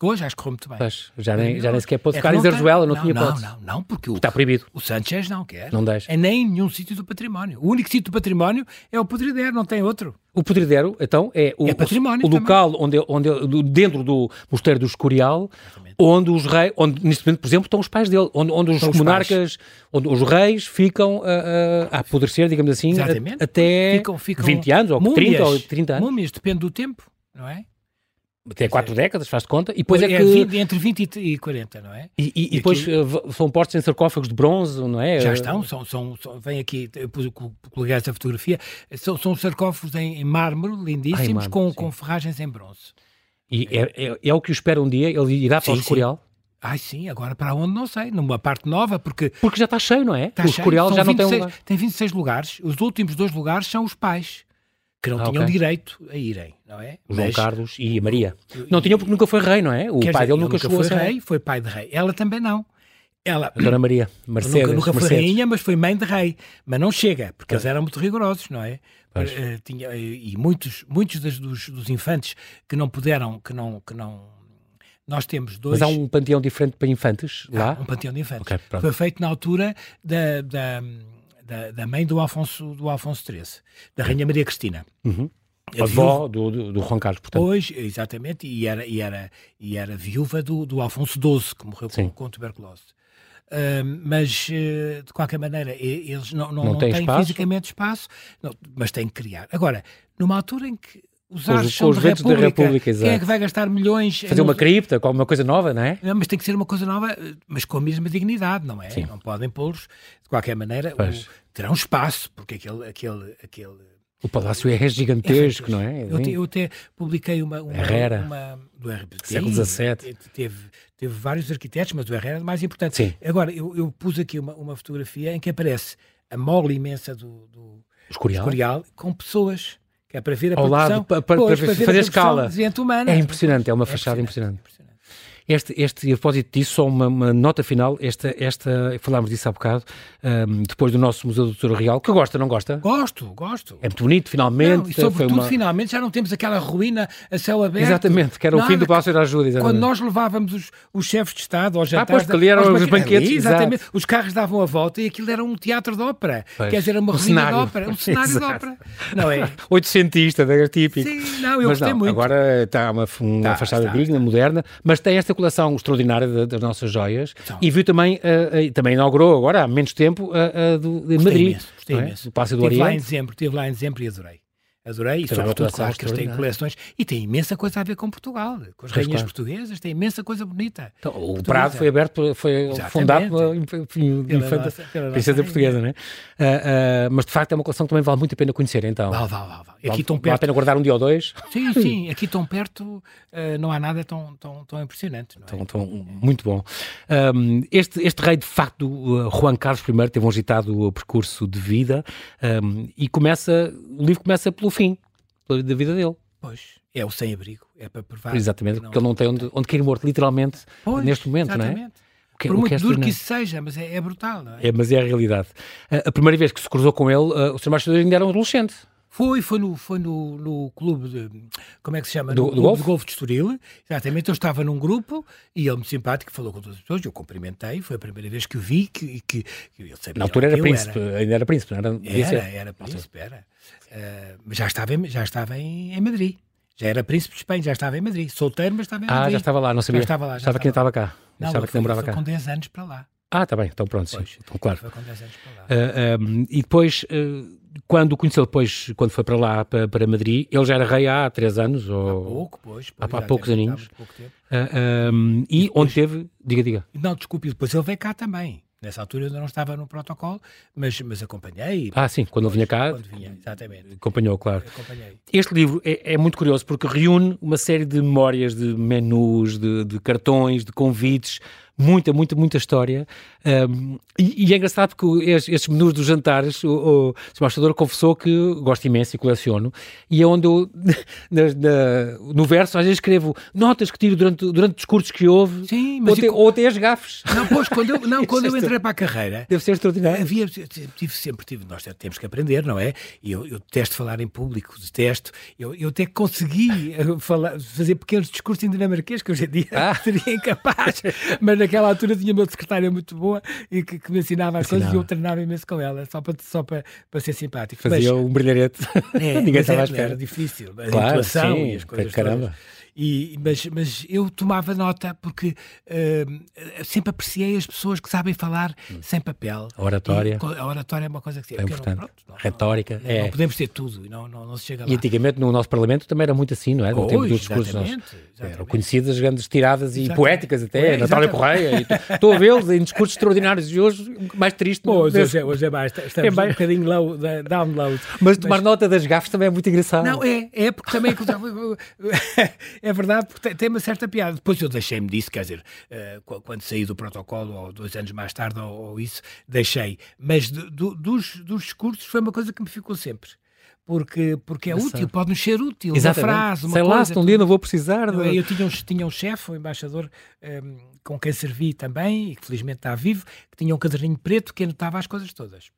[SPEAKER 2] Hoje acho que correu muito bem.
[SPEAKER 1] Pois, já, nem, já nem sequer pôde
[SPEAKER 2] É que
[SPEAKER 1] ficar em
[SPEAKER 2] não tem-
[SPEAKER 1] Zarzuela, não, tinha
[SPEAKER 2] Não,
[SPEAKER 1] hipótese.
[SPEAKER 2] não, não, porque o,
[SPEAKER 1] Está proibido.
[SPEAKER 2] o Sanchez não quer.
[SPEAKER 1] Não deixa.
[SPEAKER 2] É nem em nenhum sítio do património. O único sítio do património é o Podridero, não tem outro.
[SPEAKER 1] O Podridero, então, é o,
[SPEAKER 2] É património
[SPEAKER 1] o
[SPEAKER 2] também.
[SPEAKER 1] local onde, onde do- dentro do Mosteiro do Escorial, onde os reis, onde neste momento, por exemplo, estão os pais dele, onde, onde os
[SPEAKER 2] Estão os
[SPEAKER 1] monarcas, onde os reis ficam a, a- a apodrecer, digamos assim, a-
[SPEAKER 2] Exatamente.
[SPEAKER 1] até
[SPEAKER 2] ficam, ficam
[SPEAKER 1] 20 anos, ou 30, ou 30 anos,
[SPEAKER 2] Múmias, depende do tempo, não é?
[SPEAKER 1] até 4 décadas, faz de conta, e depois é,
[SPEAKER 2] É
[SPEAKER 1] que...
[SPEAKER 2] 20 entre 20 e t- e 40, não é?
[SPEAKER 1] E, e- e depois eh, v- são postos em sarcófagos de bronze, não é?
[SPEAKER 2] Já estão, são, são, são- vem aqui, eu pus- co- coloquei essa fotografia, são, são sarcófagos em, em mármore, lindíssimos,
[SPEAKER 1] Ah, em mármore,
[SPEAKER 2] com,
[SPEAKER 1] sim.
[SPEAKER 2] com ferragens em bronze.
[SPEAKER 1] E é, é- é o que o espera um dia, ele irá para
[SPEAKER 2] Sim,
[SPEAKER 1] o
[SPEAKER 2] sim.
[SPEAKER 1] Escorial.
[SPEAKER 2] Ai sim, agora para onde não sei, numa parte nova, porque
[SPEAKER 1] Porque já está cheio, não é?
[SPEAKER 2] está
[SPEAKER 1] o
[SPEAKER 2] Tá cheio,
[SPEAKER 1] Escorial
[SPEAKER 2] são
[SPEAKER 1] já não tem um
[SPEAKER 2] 26
[SPEAKER 1] lugar.
[SPEAKER 2] tem 26 lugares, os últimos dois lugares são os pais, que não
[SPEAKER 1] Ah,
[SPEAKER 2] tinham
[SPEAKER 1] ok.
[SPEAKER 2] direito a irem, não é?
[SPEAKER 1] O João
[SPEAKER 2] Mas-
[SPEAKER 1] Carlos e a Maria. Não tinham porque nunca foi rei, não é? O
[SPEAKER 2] quer
[SPEAKER 1] pai
[SPEAKER 2] dizer,
[SPEAKER 1] dele nunca,
[SPEAKER 2] ele
[SPEAKER 1] chegou a
[SPEAKER 2] foi
[SPEAKER 1] ser
[SPEAKER 2] rei, foi pai de rei. Ela também não. Ela
[SPEAKER 1] A Dona Maria, Mercedes.
[SPEAKER 2] nunca, nunca foi
[SPEAKER 1] Mercedes.
[SPEAKER 2] rainha, mas foi mãe de rei. Mas não chega, porque eles eram muito rigorosos, não é? Eh, tinha, eh, e muitos, muitos das- dos, dos infantes que não puderam, que não, que não Nós temos dois.
[SPEAKER 1] Mas há um panteão diferente para infantes lá?
[SPEAKER 2] um panteão de infantes.
[SPEAKER 1] Ok, pronto.
[SPEAKER 2] Foi feito na altura da, da, da, da mãe do Alfonso, do Alfonso XIII, da Rainha Maria Cristina.
[SPEAKER 1] Uhum. A avó do, do, do Juan Carlos, portanto.
[SPEAKER 2] é Pois, exatamente, e era, e era, e era viúva do, do Alfonso XII, que morreu
[SPEAKER 1] Sim.
[SPEAKER 2] com, com tuberculose. Ahm, mas, eh, de qualquer maneira, e- eles não, não,
[SPEAKER 1] Não
[SPEAKER 2] não
[SPEAKER 1] têm
[SPEAKER 2] têm
[SPEAKER 1] espaço.
[SPEAKER 2] fisicamente espaço, não, mas têm que criar. Agora, numa altura em que os
[SPEAKER 1] Com os-
[SPEAKER 2] ares
[SPEAKER 1] com
[SPEAKER 2] são
[SPEAKER 1] os
[SPEAKER 2] de
[SPEAKER 1] ventos da
[SPEAKER 2] república,
[SPEAKER 1] República,
[SPEAKER 2] quem é
[SPEAKER 1] exato.
[SPEAKER 2] que vai gastar milhões
[SPEAKER 1] Fazer
[SPEAKER 2] em-
[SPEAKER 1] uma cripta, com uma coisa nova, não é?
[SPEAKER 2] não, mas tem que ser uma coisa nova, eh, mas com a mesma dignidade, não é?
[SPEAKER 1] Sim.
[SPEAKER 2] Não podem pô-los, de qualquer maneira,
[SPEAKER 1] Pois.
[SPEAKER 2] o- terão espaço, porque aquele, aquele, aquele
[SPEAKER 1] O palácio é gigantesco, não é?
[SPEAKER 2] eu, te- eu até publiquei uma. uma
[SPEAKER 1] Herrera.
[SPEAKER 2] uma- do RBT.
[SPEAKER 1] Século XVII.
[SPEAKER 2] Teve, teve vários arquitetos, mas o Herrera é o mais importante.
[SPEAKER 1] Sim.
[SPEAKER 2] Agora, eu, eu pus aqui uma, uma fotografia em que aparece a mola imensa do, do
[SPEAKER 1] Escurial.
[SPEAKER 2] Escorial com pessoas, que é para ver a
[SPEAKER 1] Ao lado,
[SPEAKER 2] produção.
[SPEAKER 1] pa- pa- para
[SPEAKER 2] Pois,
[SPEAKER 1] ver-
[SPEAKER 2] ver a
[SPEAKER 1] fazer
[SPEAKER 2] produção
[SPEAKER 1] escala.
[SPEAKER 2] de gente humana. é
[SPEAKER 1] É impressionante, é uma fachada impressionante. Este, este, e a propósito disso, só uma, uma nota final, esta, esta, falámos disso há bocado, ahm, depois do nosso Museu do Tesouro Real, que gosta, não gosta?
[SPEAKER 2] Gosto, gosto.
[SPEAKER 1] É muito bonito, finalmente.
[SPEAKER 2] Não, e sobretudo,
[SPEAKER 1] foi uma...
[SPEAKER 2] finalmente, já não temos aquela ruína a céu aberto.
[SPEAKER 1] Exatamente, que era o
[SPEAKER 2] Nada,
[SPEAKER 1] fim do Palácio da Ajuda. exatamente.
[SPEAKER 2] Quando nós levávamos os, os chefes de Estado aos jantares...
[SPEAKER 1] Ah, pois, porque ali eram
[SPEAKER 2] aos
[SPEAKER 1] os
[SPEAKER 2] banque-
[SPEAKER 1] banquetes,
[SPEAKER 2] ali, é exatamente. Os carros davam a volta e aquilo era um teatro de ópera.
[SPEAKER 1] Pois.
[SPEAKER 2] Quer dizer, era uma
[SPEAKER 1] Um
[SPEAKER 2] ruína de
[SPEAKER 1] cenário.
[SPEAKER 2] ópera, um cenário de
[SPEAKER 1] Exato.
[SPEAKER 2] ópera. Não é?
[SPEAKER 1] Oitocentista, da típico.
[SPEAKER 2] Sim, não, eu
[SPEAKER 1] mas
[SPEAKER 2] gostei
[SPEAKER 1] não,
[SPEAKER 2] muito.
[SPEAKER 1] Agora está uma, f- uma
[SPEAKER 2] Tá,
[SPEAKER 1] fachada
[SPEAKER 2] está,
[SPEAKER 1] digna, moderna, mas tem esta coleção extraordinária da- das nossas joias
[SPEAKER 2] Então.
[SPEAKER 1] e viu também, ah, ah, também inaugurou agora, há menos tempo, a, a do, de
[SPEAKER 2] Gostei
[SPEAKER 1] Madrid.
[SPEAKER 2] imenso, gostei
[SPEAKER 1] não é?
[SPEAKER 2] imenso.
[SPEAKER 1] Do Palácio do
[SPEAKER 2] estive lá em
[SPEAKER 1] Oriente.
[SPEAKER 2] dezembro, estive lá em dezembro e adorei. Adorei, e
[SPEAKER 1] Também é uma
[SPEAKER 2] sobretudo,
[SPEAKER 1] coleção
[SPEAKER 2] claro, que eles têm
[SPEAKER 1] extraordinária.
[SPEAKER 2] coleções e tem imensa coisa a ver com Portugal, com as
[SPEAKER 1] Pois,
[SPEAKER 2] rainhas
[SPEAKER 1] claro.
[SPEAKER 2] portuguesas, tem imensa coisa bonita.
[SPEAKER 1] Então, o
[SPEAKER 2] Portuguesa.
[SPEAKER 1] Prado foi aberto, pela- foi
[SPEAKER 2] é Exatamente.
[SPEAKER 1] fundado pela enfim,
[SPEAKER 2] Pela
[SPEAKER 1] infanta-
[SPEAKER 2] nossa- pela
[SPEAKER 1] princesa
[SPEAKER 2] nossa
[SPEAKER 1] portuguesa, não é? Ah, ah, mas de facto é uma coleção que também vale muito a pena conhecer, então.
[SPEAKER 2] Vá, vá, vá, vá. Aqui
[SPEAKER 1] Vale-
[SPEAKER 2] tão
[SPEAKER 1] vale a
[SPEAKER 2] perto
[SPEAKER 1] pena guardar um dia ou dois.
[SPEAKER 2] Sim, sim, aqui tão perto eh, não há nada tão, tão, tão impressionante. Não é?
[SPEAKER 1] Então, então, muito bom. Um, este, este rei, de facto, uh, Juan Carlos I, teve um agitado uh, percurso de vida um, e começa, o livro começa pelo fim pela- da vida dele.
[SPEAKER 2] Pois, é o sem-abrigo, é para provar.
[SPEAKER 1] Exatamente,
[SPEAKER 2] que
[SPEAKER 1] porque ele não tem onde, onde cair morto, literalmente,
[SPEAKER 2] Pois,
[SPEAKER 1] neste momento, não é?
[SPEAKER 2] exatamente.
[SPEAKER 1] O que-
[SPEAKER 2] Por
[SPEAKER 1] o que é
[SPEAKER 2] muito duro que
[SPEAKER 1] extraordinário.
[SPEAKER 2] isso seja, mas é, é brutal, não é?
[SPEAKER 1] É, mas é a realidade. A, a primeira vez que se cruzou com ele, uh, o Sr. Machador ainda era um adolescente.
[SPEAKER 2] Foi, foi, no, foi no, no clube de. Como é que se chama?
[SPEAKER 1] Do-
[SPEAKER 2] no
[SPEAKER 1] do
[SPEAKER 2] clube
[SPEAKER 1] golfe?
[SPEAKER 2] de golfe de Estoril. Exatamente, eu estava num grupo e ele, muito simpático, falou com todas as pessoas. Eu cumprimentei, foi a primeira vez que o vi. Que, e que, que ele sabia
[SPEAKER 1] Na altura era
[SPEAKER 2] que eu
[SPEAKER 1] príncipe, ainda era príncipe, é não era? devia
[SPEAKER 2] Era,
[SPEAKER 1] ser.
[SPEAKER 2] era, príncipe, era. Ah, mas já estava, em, já estava em, em Madrid. Já era príncipe de Espanha, já estava em Madrid. Solteiro, mas estava em Madrid.
[SPEAKER 1] Ah, já estava lá, não sabia.
[SPEAKER 2] estava lá, já
[SPEAKER 1] Achava que ainda
[SPEAKER 2] estava
[SPEAKER 1] estava cá.
[SPEAKER 2] Não,
[SPEAKER 1] Achava
[SPEAKER 2] ele
[SPEAKER 1] que
[SPEAKER 2] foi-
[SPEAKER 1] ainda morava
[SPEAKER 2] foi
[SPEAKER 1] cá.
[SPEAKER 2] com 10 anos para lá.
[SPEAKER 1] Ah, está bem, então pronto, sim.
[SPEAKER 2] Pois.
[SPEAKER 1] Então, claro.
[SPEAKER 2] Foi com 10 anos para lá.
[SPEAKER 1] Ah, ah, e depois, ah, quando o conheceu depois, quando foi para lá, para, para Madrid, ele já era rei há três anos, ou...
[SPEAKER 2] pouco, pois.
[SPEAKER 1] há- há
[SPEAKER 2] pois, já
[SPEAKER 1] poucos
[SPEAKER 2] teve-
[SPEAKER 1] aninhos.
[SPEAKER 2] há muito pouco tempo.
[SPEAKER 1] Ah, ah, e onde teve, diga, diga,
[SPEAKER 2] Não, desculpe, e depois ele veio cá também. Nessa altura eu ainda não estava no protocolo, mas, mas acompanhei.
[SPEAKER 1] ah sim, quando ele vinha cá,
[SPEAKER 2] Quando vinha, exatamente.
[SPEAKER 1] acompanhou, claro.
[SPEAKER 2] Acompanhei.
[SPEAKER 1] Este livro é, é muito curioso porque reúne uma série de memórias, de menus, de, de cartões, de convites, muita, muita, muita história. Um, e, e é engraçado porque es- estes menus dos jantares, o, o Sr. Mastador confessou que gosta imenso e coleciono. E é onde eu, nas- na- no verso, às vezes escrevo notas que tiro durante, durante discursos que houve,
[SPEAKER 2] Sim,
[SPEAKER 1] ou,
[SPEAKER 2] mas.
[SPEAKER 1] até,
[SPEAKER 2] e-
[SPEAKER 1] ou até as gafes.
[SPEAKER 2] Não, pois, quando eu, não, quando eu
[SPEAKER 1] Isto- é
[SPEAKER 2] entrei para a carreira,
[SPEAKER 1] Deve ser extraordinário.
[SPEAKER 2] Havia, tive sempre, tive, nós temos que aprender, não é? E Eu, eu detesto falar em público, detesto. Eu, eu até consegui eh, falar, fazer pequenos discursos em dinamarquês, que hoje em dia
[SPEAKER 1] Ah.
[SPEAKER 2] seria incapaz, mas naquela altura tinha uma secretária muito boa e que, que me ensinava as coisas e eu treinava imenso com ela, só para, só para, para ser simpático. Mas-
[SPEAKER 1] Fazia um brilharete.
[SPEAKER 2] é,
[SPEAKER 1] Ninguém
[SPEAKER 2] mas
[SPEAKER 1] estava à
[SPEAKER 2] era,
[SPEAKER 1] espera.
[SPEAKER 2] Era difícil. A
[SPEAKER 1] Claro,
[SPEAKER 2] intuação
[SPEAKER 1] sim,
[SPEAKER 2] e as coisas.
[SPEAKER 1] caramba.
[SPEAKER 2] todas. E, mas, mas eu tomava nota porque hum, sempre apreciei as pessoas que sabem falar sem papel.
[SPEAKER 1] A oratória.
[SPEAKER 2] E co- a oratória é uma coisa que
[SPEAKER 1] É
[SPEAKER 2] porque
[SPEAKER 1] importante.
[SPEAKER 2] Não, pronto, não-
[SPEAKER 1] Retórica.
[SPEAKER 2] não-
[SPEAKER 1] é.
[SPEAKER 2] não podemos ter tudo e não, não, não se chega lá.
[SPEAKER 1] E antigamente no nosso Parlamento também era muito assim, não é? No
[SPEAKER 2] Pois,
[SPEAKER 1] tempo dos discursos nós-
[SPEAKER 2] exatamente,
[SPEAKER 1] eram
[SPEAKER 2] exatamente.
[SPEAKER 1] conhecidas as grandes tiradas e
[SPEAKER 2] Exatamente.
[SPEAKER 1] poéticas até,
[SPEAKER 2] É,
[SPEAKER 1] Natália
[SPEAKER 2] exatamente.
[SPEAKER 1] Correia. e- Estou a vê-los em discursos extraordinários e hoje mais triste.
[SPEAKER 2] Bom, hoje,
[SPEAKER 1] nesse-
[SPEAKER 2] hoje, é, hoje é mais, estamos
[SPEAKER 1] É mais-
[SPEAKER 2] um bocadinho low, da- download.
[SPEAKER 1] mas tomar nota das gafes também é muito engraçado.
[SPEAKER 2] Não, é, é porque também é verdade, porque tem- tem uma certa piada. Depois eu deixei-me disso, quer dizer, eh, qu- quando saí do protocolo, ou dois anos mais tarde, ou, ou isso, deixei. Mas do- do- dos, dos discursos foi uma coisa que me ficou sempre. Porque, porque é útil, pode-nos ser útil,
[SPEAKER 1] Exatamente.
[SPEAKER 2] uma frase, uma
[SPEAKER 1] Sei
[SPEAKER 2] coisa.
[SPEAKER 1] lá, se um dia não vou precisar.
[SPEAKER 2] Não
[SPEAKER 1] de-
[SPEAKER 2] é? Eu tinha um, tinha um chefe, um embaixador, ehm, com quem servi também, e que felizmente está vivo, que tinha um caderninho preto que anotava as coisas todas.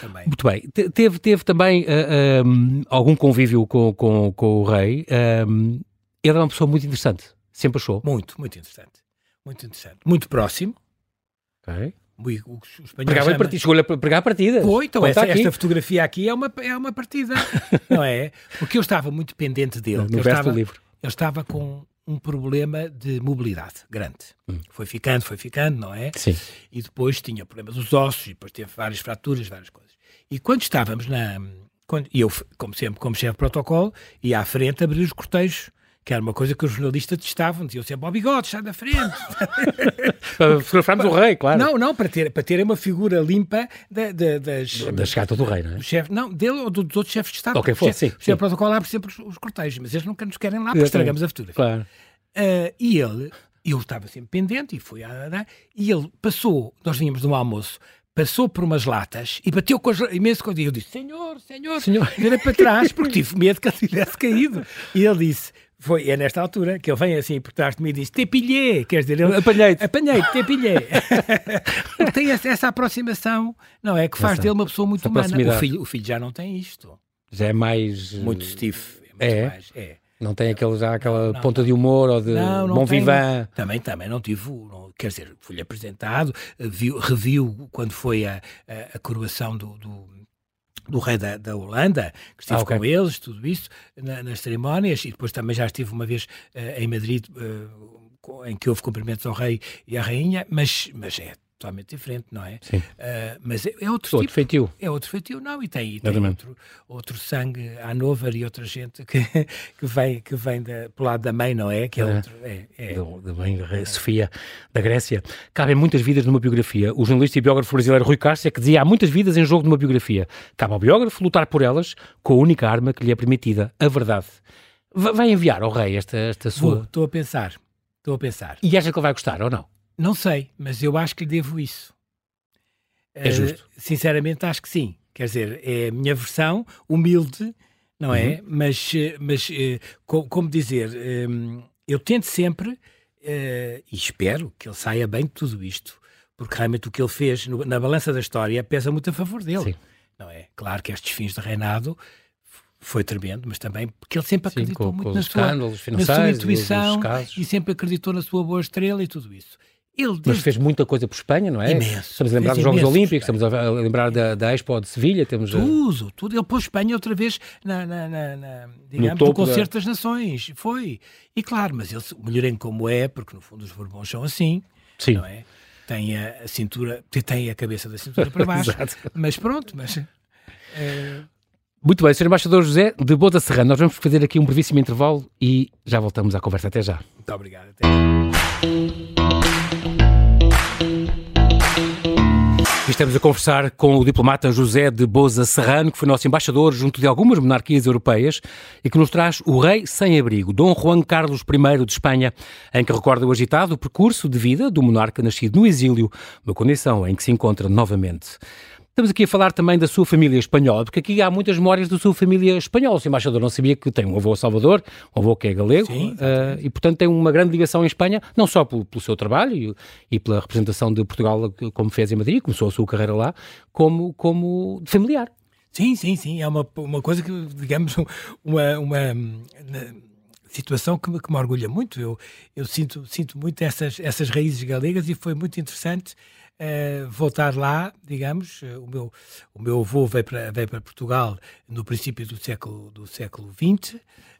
[SPEAKER 2] Também.
[SPEAKER 1] Muito bem. Te- Teve, teve também ah, ah, algum convívio com, com, com o rei. ah, ele era uma pessoa muito interessante. Sempre achou.
[SPEAKER 2] Muito, muito interessante. Muito interessante. Muito próximo.
[SPEAKER 1] Ok.
[SPEAKER 2] Ui, O, que os espanhóis
[SPEAKER 1] Pregava
[SPEAKER 2] chamam-
[SPEAKER 1] partida, chegou-lhe a pregar partidas.
[SPEAKER 2] Pô, então
[SPEAKER 1] Pô,
[SPEAKER 2] essa,
[SPEAKER 1] está tá aqui.
[SPEAKER 2] esta fotografia aqui é uma, é uma partida, não é? Porque eu estava muito pendente dele.
[SPEAKER 1] No
[SPEAKER 2] eu
[SPEAKER 1] verso
[SPEAKER 2] estava,
[SPEAKER 1] do livro.
[SPEAKER 2] eu estava com um problema de mobilidade grande.
[SPEAKER 1] Hum.
[SPEAKER 2] Foi ficando, foi ficando, não é?
[SPEAKER 1] Sim.
[SPEAKER 2] E depois tinha problemas dos ossos, e depois teve várias fraturas, várias coisas. E quando estávamos na. quando- e eu, f- como sempre, como chefe de protocolo, ia à frente abrir os cortejos, que era uma coisa que os jornalistas testavam, diziam sempre: Ó bigode, sai da frente.
[SPEAKER 1] Para fotografarmos o rei, claro.
[SPEAKER 2] não, não, para ter, para terem uma figura limpa da- da- das,
[SPEAKER 1] Da chegada do rei, não é?
[SPEAKER 2] do chefe, não, dele ou do- dos outros chefes de Estado.
[SPEAKER 1] Ok,
[SPEAKER 2] O
[SPEAKER 1] foi,
[SPEAKER 2] chefe-
[SPEAKER 1] sim,
[SPEAKER 2] o chefe
[SPEAKER 1] sim.
[SPEAKER 2] de protocolo abre sempre os, os cortejos, mas eles nunca nos querem lá porque
[SPEAKER 1] Exatamente.
[SPEAKER 2] estragamos a futura. Ah,
[SPEAKER 1] Claro.
[SPEAKER 2] e ele, eu estava sempre pendente e fui a a- a- ah, e ele passou, nós vínhamos de um almoço, passou por umas latas e bateu com as la- imenso com o dedo. Eu disse, senhor, senhor,
[SPEAKER 1] Senhor.
[SPEAKER 2] virei para trás porque tive medo que ele tivesse caído. E ele disse, foi, é nesta altura que ele vem assim por trás de mim e diz, te pilhei, quer dizer, ele,
[SPEAKER 1] Apanhei-te.
[SPEAKER 2] apanhei-te, te pilhei. Porque tem essa, essa aproximação, não é? Que faz
[SPEAKER 1] Essa-
[SPEAKER 2] dele uma pessoa muito
[SPEAKER 1] essa
[SPEAKER 2] humana. O
[SPEAKER 1] proximidade.
[SPEAKER 2] filho, o filho já não tem isto.
[SPEAKER 1] Já é mais. eh,
[SPEAKER 2] Muito stiff. muito
[SPEAKER 1] É?
[SPEAKER 2] mais, Hum. é.
[SPEAKER 1] Não tem aquele, já aquela
[SPEAKER 2] não,
[SPEAKER 1] ponta de humor ou de
[SPEAKER 2] Não, não
[SPEAKER 1] bom
[SPEAKER 2] tem.
[SPEAKER 1] vivan.
[SPEAKER 2] Também, também não tive, o- não- quer dizer, fui-lhe apresentado, eh, viu, reviu quando foi a, a, a coroação do, do, do rei da, da Holanda, que estive
[SPEAKER 1] Ah, ok.
[SPEAKER 2] com eles, tudo isso, na- nas cerimónias, e depois também já estive uma vez eh, em Madrid, eh, co- em que houve cumprimentos ao rei e à rainha, mas, mas é totalmente diferente, não é?
[SPEAKER 1] Sim.
[SPEAKER 2] Eh, mas é, é outro
[SPEAKER 1] Outro
[SPEAKER 2] tipo
[SPEAKER 1] feitio.
[SPEAKER 2] é outro feitio, não, e tem, e tem
[SPEAKER 1] Exatamente.
[SPEAKER 2] outro, outro sangue à Nover e outra gente que, que vem, que vem da, pelo lado da mãe, não é? Que é,
[SPEAKER 1] É.
[SPEAKER 2] outro. É, é.
[SPEAKER 1] Do, do bem, rei Sofia, da Grécia. Cabem muitas vidas numa biografia. O jornalista e biógrafo brasileiro Rui Castro é que dizia há muitas vidas em jogo numa biografia. Cabe ao biógrafo lutar por elas com a única arma que lhe é permitida, a verdade. Va- Vai enviar ao rei esta, esta sua.
[SPEAKER 2] Vou, estou a pensar, estou a pensar.
[SPEAKER 1] E acha que ele vai gostar ou não?
[SPEAKER 2] Não sei, mas eu acho que lhe devo isso.
[SPEAKER 1] É
[SPEAKER 2] Eh,
[SPEAKER 1] justo.
[SPEAKER 2] Sinceramente, acho que sim. Quer dizer, é a minha versão, humilde, não
[SPEAKER 1] Uhum.
[SPEAKER 2] é? Mas, eh, mas eh, co- como dizer, eh, eu tento sempre, eh, e espero que ele saia bem de tudo isto, porque realmente o que ele fez no- na balança da história pesa muito a favor dele.
[SPEAKER 1] Sim.
[SPEAKER 2] Não é? Claro que estes fins de reinado f- foi tremendo, mas também porque ele sempre acreditou
[SPEAKER 1] com,
[SPEAKER 2] muito
[SPEAKER 1] com os
[SPEAKER 2] na sua,
[SPEAKER 1] escândalos
[SPEAKER 2] na sua
[SPEAKER 1] financeiros, dos,
[SPEAKER 2] intuição
[SPEAKER 1] dos casos.
[SPEAKER 2] e sempre acreditou na sua boa estrela e tudo isso. Ele
[SPEAKER 1] Mas
[SPEAKER 2] desde...
[SPEAKER 1] fez muita coisa por Espanha, não é?
[SPEAKER 2] Imenso.
[SPEAKER 1] Estamos a lembrar
[SPEAKER 2] Fez
[SPEAKER 1] dos Jogos
[SPEAKER 2] imenso por
[SPEAKER 1] Olímpicos, estamos a a lembrar da, da Expo de Sevilha, temos a-
[SPEAKER 2] tudo, tudo. Ele pôs Espanha outra vez na, na, na- na- digamos,
[SPEAKER 1] topo
[SPEAKER 2] no
[SPEAKER 1] da-
[SPEAKER 2] concerto das nações. Foi. E claro, mas ele, se- melhorem como é, porque no fundo os Bourbons são assim,
[SPEAKER 1] Sim.
[SPEAKER 2] não é? Tem a, a cintura, tem a cabeça da cintura para baixo.
[SPEAKER 1] Exato.
[SPEAKER 2] mas pronto, mas... eh,
[SPEAKER 1] Muito bem, Sr. Embaixador José de Boda Serrano, nós vamos fazer aqui um brevíssimo intervalo e já voltamos à conversa. Até já.
[SPEAKER 2] muito obrigado. Até.
[SPEAKER 1] E Estamos a conversar com o diplomata José de Boza Serrano, que foi nosso embaixador junto de algumas monarquias europeias e que nos traz o rei sem abrigo, Dom Juan Carlos I de Espanha, em que recorda o agitado percurso de vida do monarca nascido no exílio, uma condição em que se encontra novamente. Estamos aqui a falar também da sua família espanhola, porque aqui há muitas memórias da sua família espanhola. O Sr. embaixador não sabia que tem um avô Salvador, um avô que é galego,
[SPEAKER 2] Sim,
[SPEAKER 1] eh, e portanto tem uma grande ligação em Espanha, não só pelo, pelo seu trabalho e, e pela representação de Portugal, que- como fez em Madrid, começou a sua carreira lá, como, como de familiar.
[SPEAKER 2] Sim, sim, sim. É uma, uma coisa que, digamos, um- uma, uma hum, na- situação que me, que me orgulha muito. Eu, eu sinto, sinto muito essas, essas raízes galegas e foi muito interessante eh, voltar lá, digamos. Eh, O meu, o meu avô veio para, veio para Portugal no princípio do século, do século XX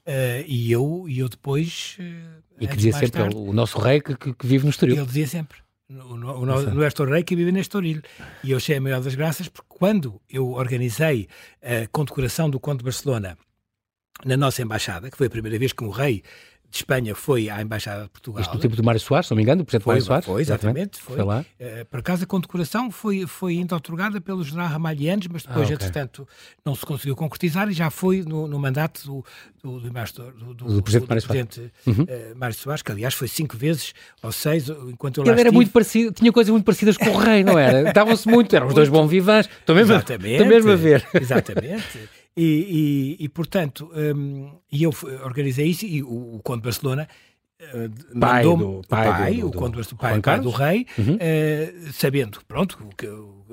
[SPEAKER 2] eh, e, eu, e eu depois. eh,
[SPEAKER 1] E que
[SPEAKER 2] antes,
[SPEAKER 1] dizia
[SPEAKER 2] mais
[SPEAKER 1] sempre
[SPEAKER 2] tarde,
[SPEAKER 1] ele, o nosso rei que, que- que vive no exterior.
[SPEAKER 2] ele dizia sempre. No, no, no, no Estoril que vive no Estoril. E eu achei a maior das graças porque quando eu organizei a condecoração do Conde de Barcelona na nossa embaixada, que foi a primeira vez que um rei de Espanha foi à embaixada de Portugal.
[SPEAKER 1] Isto no tempo do Mário Soares, se não me engano, do projeto
[SPEAKER 2] Foi,
[SPEAKER 1] Mário Soares.
[SPEAKER 2] foi, exatamente, foi.
[SPEAKER 1] lá.
[SPEAKER 2] Eh, por acaso a condecoração foi, foi ainda otorgada pelo general Ramalhianes, mas depois,
[SPEAKER 1] Ah, ok.
[SPEAKER 2] entretanto, não se conseguiu concretizar e já foi no, no mandato do, do, do, embaixador- do, do-
[SPEAKER 1] Do presidente
[SPEAKER 2] do
[SPEAKER 1] Mário Soares. Uhum.
[SPEAKER 2] presidente, eh, Mário Soares, que aliás foi cinco vezes ou seis, enquanto eu lá
[SPEAKER 1] Ele era
[SPEAKER 2] estive.
[SPEAKER 1] muito parecido, tinha coisas muito parecidas com o rei, não era? Davam-se muito, eram os dois bons vivãs. Estou mesmo,
[SPEAKER 2] Exatamente.
[SPEAKER 1] estou mesmo a ver.
[SPEAKER 2] Exatamente. E, e- e, portanto, hum, e eu f- organizei isso e o, o Conde de Barcelona
[SPEAKER 1] Pai
[SPEAKER 2] mandou-me-
[SPEAKER 1] do-
[SPEAKER 2] o
[SPEAKER 1] pai do-
[SPEAKER 2] pai,
[SPEAKER 1] do-
[SPEAKER 2] o
[SPEAKER 1] do
[SPEAKER 2] conde- o
[SPEAKER 1] Juan
[SPEAKER 2] pai, pai do
[SPEAKER 1] Carlos? Uhum.
[SPEAKER 2] rei, eh, sabendo, pronto, o que, eu-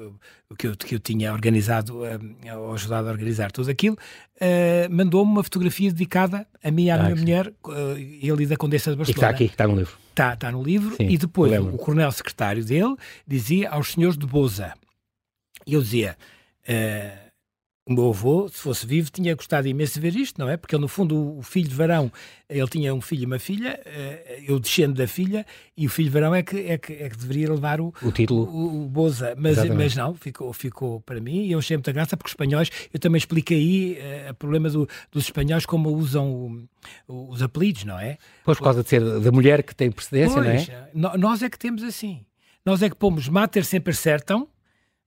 [SPEAKER 2] o que, eu, que eu tinha organizado, eh, ou ajudado a organizar tudo aquilo, eh, mandou-me uma fotografia dedicada a mim e à
[SPEAKER 1] Ah,
[SPEAKER 2] minha
[SPEAKER 1] sim.
[SPEAKER 2] mulher, eh, ele e da Condessa de
[SPEAKER 1] E que está
[SPEAKER 2] Barcelona.
[SPEAKER 1] aqui, que está no livro.
[SPEAKER 2] Está, está Tá, no livro.
[SPEAKER 1] Sim,
[SPEAKER 2] e depois
[SPEAKER 1] lembro.
[SPEAKER 2] o coronel secretário dele dizia aos senhores de Boza. E eu dizia: eh, o meu avô, se fosse vivo, tinha gostado imenso de ver isto, não é? Porque ele, no fundo, o- o filho de varão, ele tinha um filho e uma filha, eh, eu descendo da filha, e o filho de varão é que, é que, é que deveria levar o,
[SPEAKER 1] O título.
[SPEAKER 2] o, o Boza, mas,
[SPEAKER 1] Exatamente.
[SPEAKER 2] mas não, ficou, ficou para mim e eu achei muita graça porque os espanhóis, eu também expliquei aí eh, o problema do- dos espanhóis como usam o- o- os apelidos, não é?
[SPEAKER 1] Depois, por causa de ser da mulher que tem precedência, não é?
[SPEAKER 2] Pois, no- nós é que temos assim. Nós é que pomos mater sempre certam,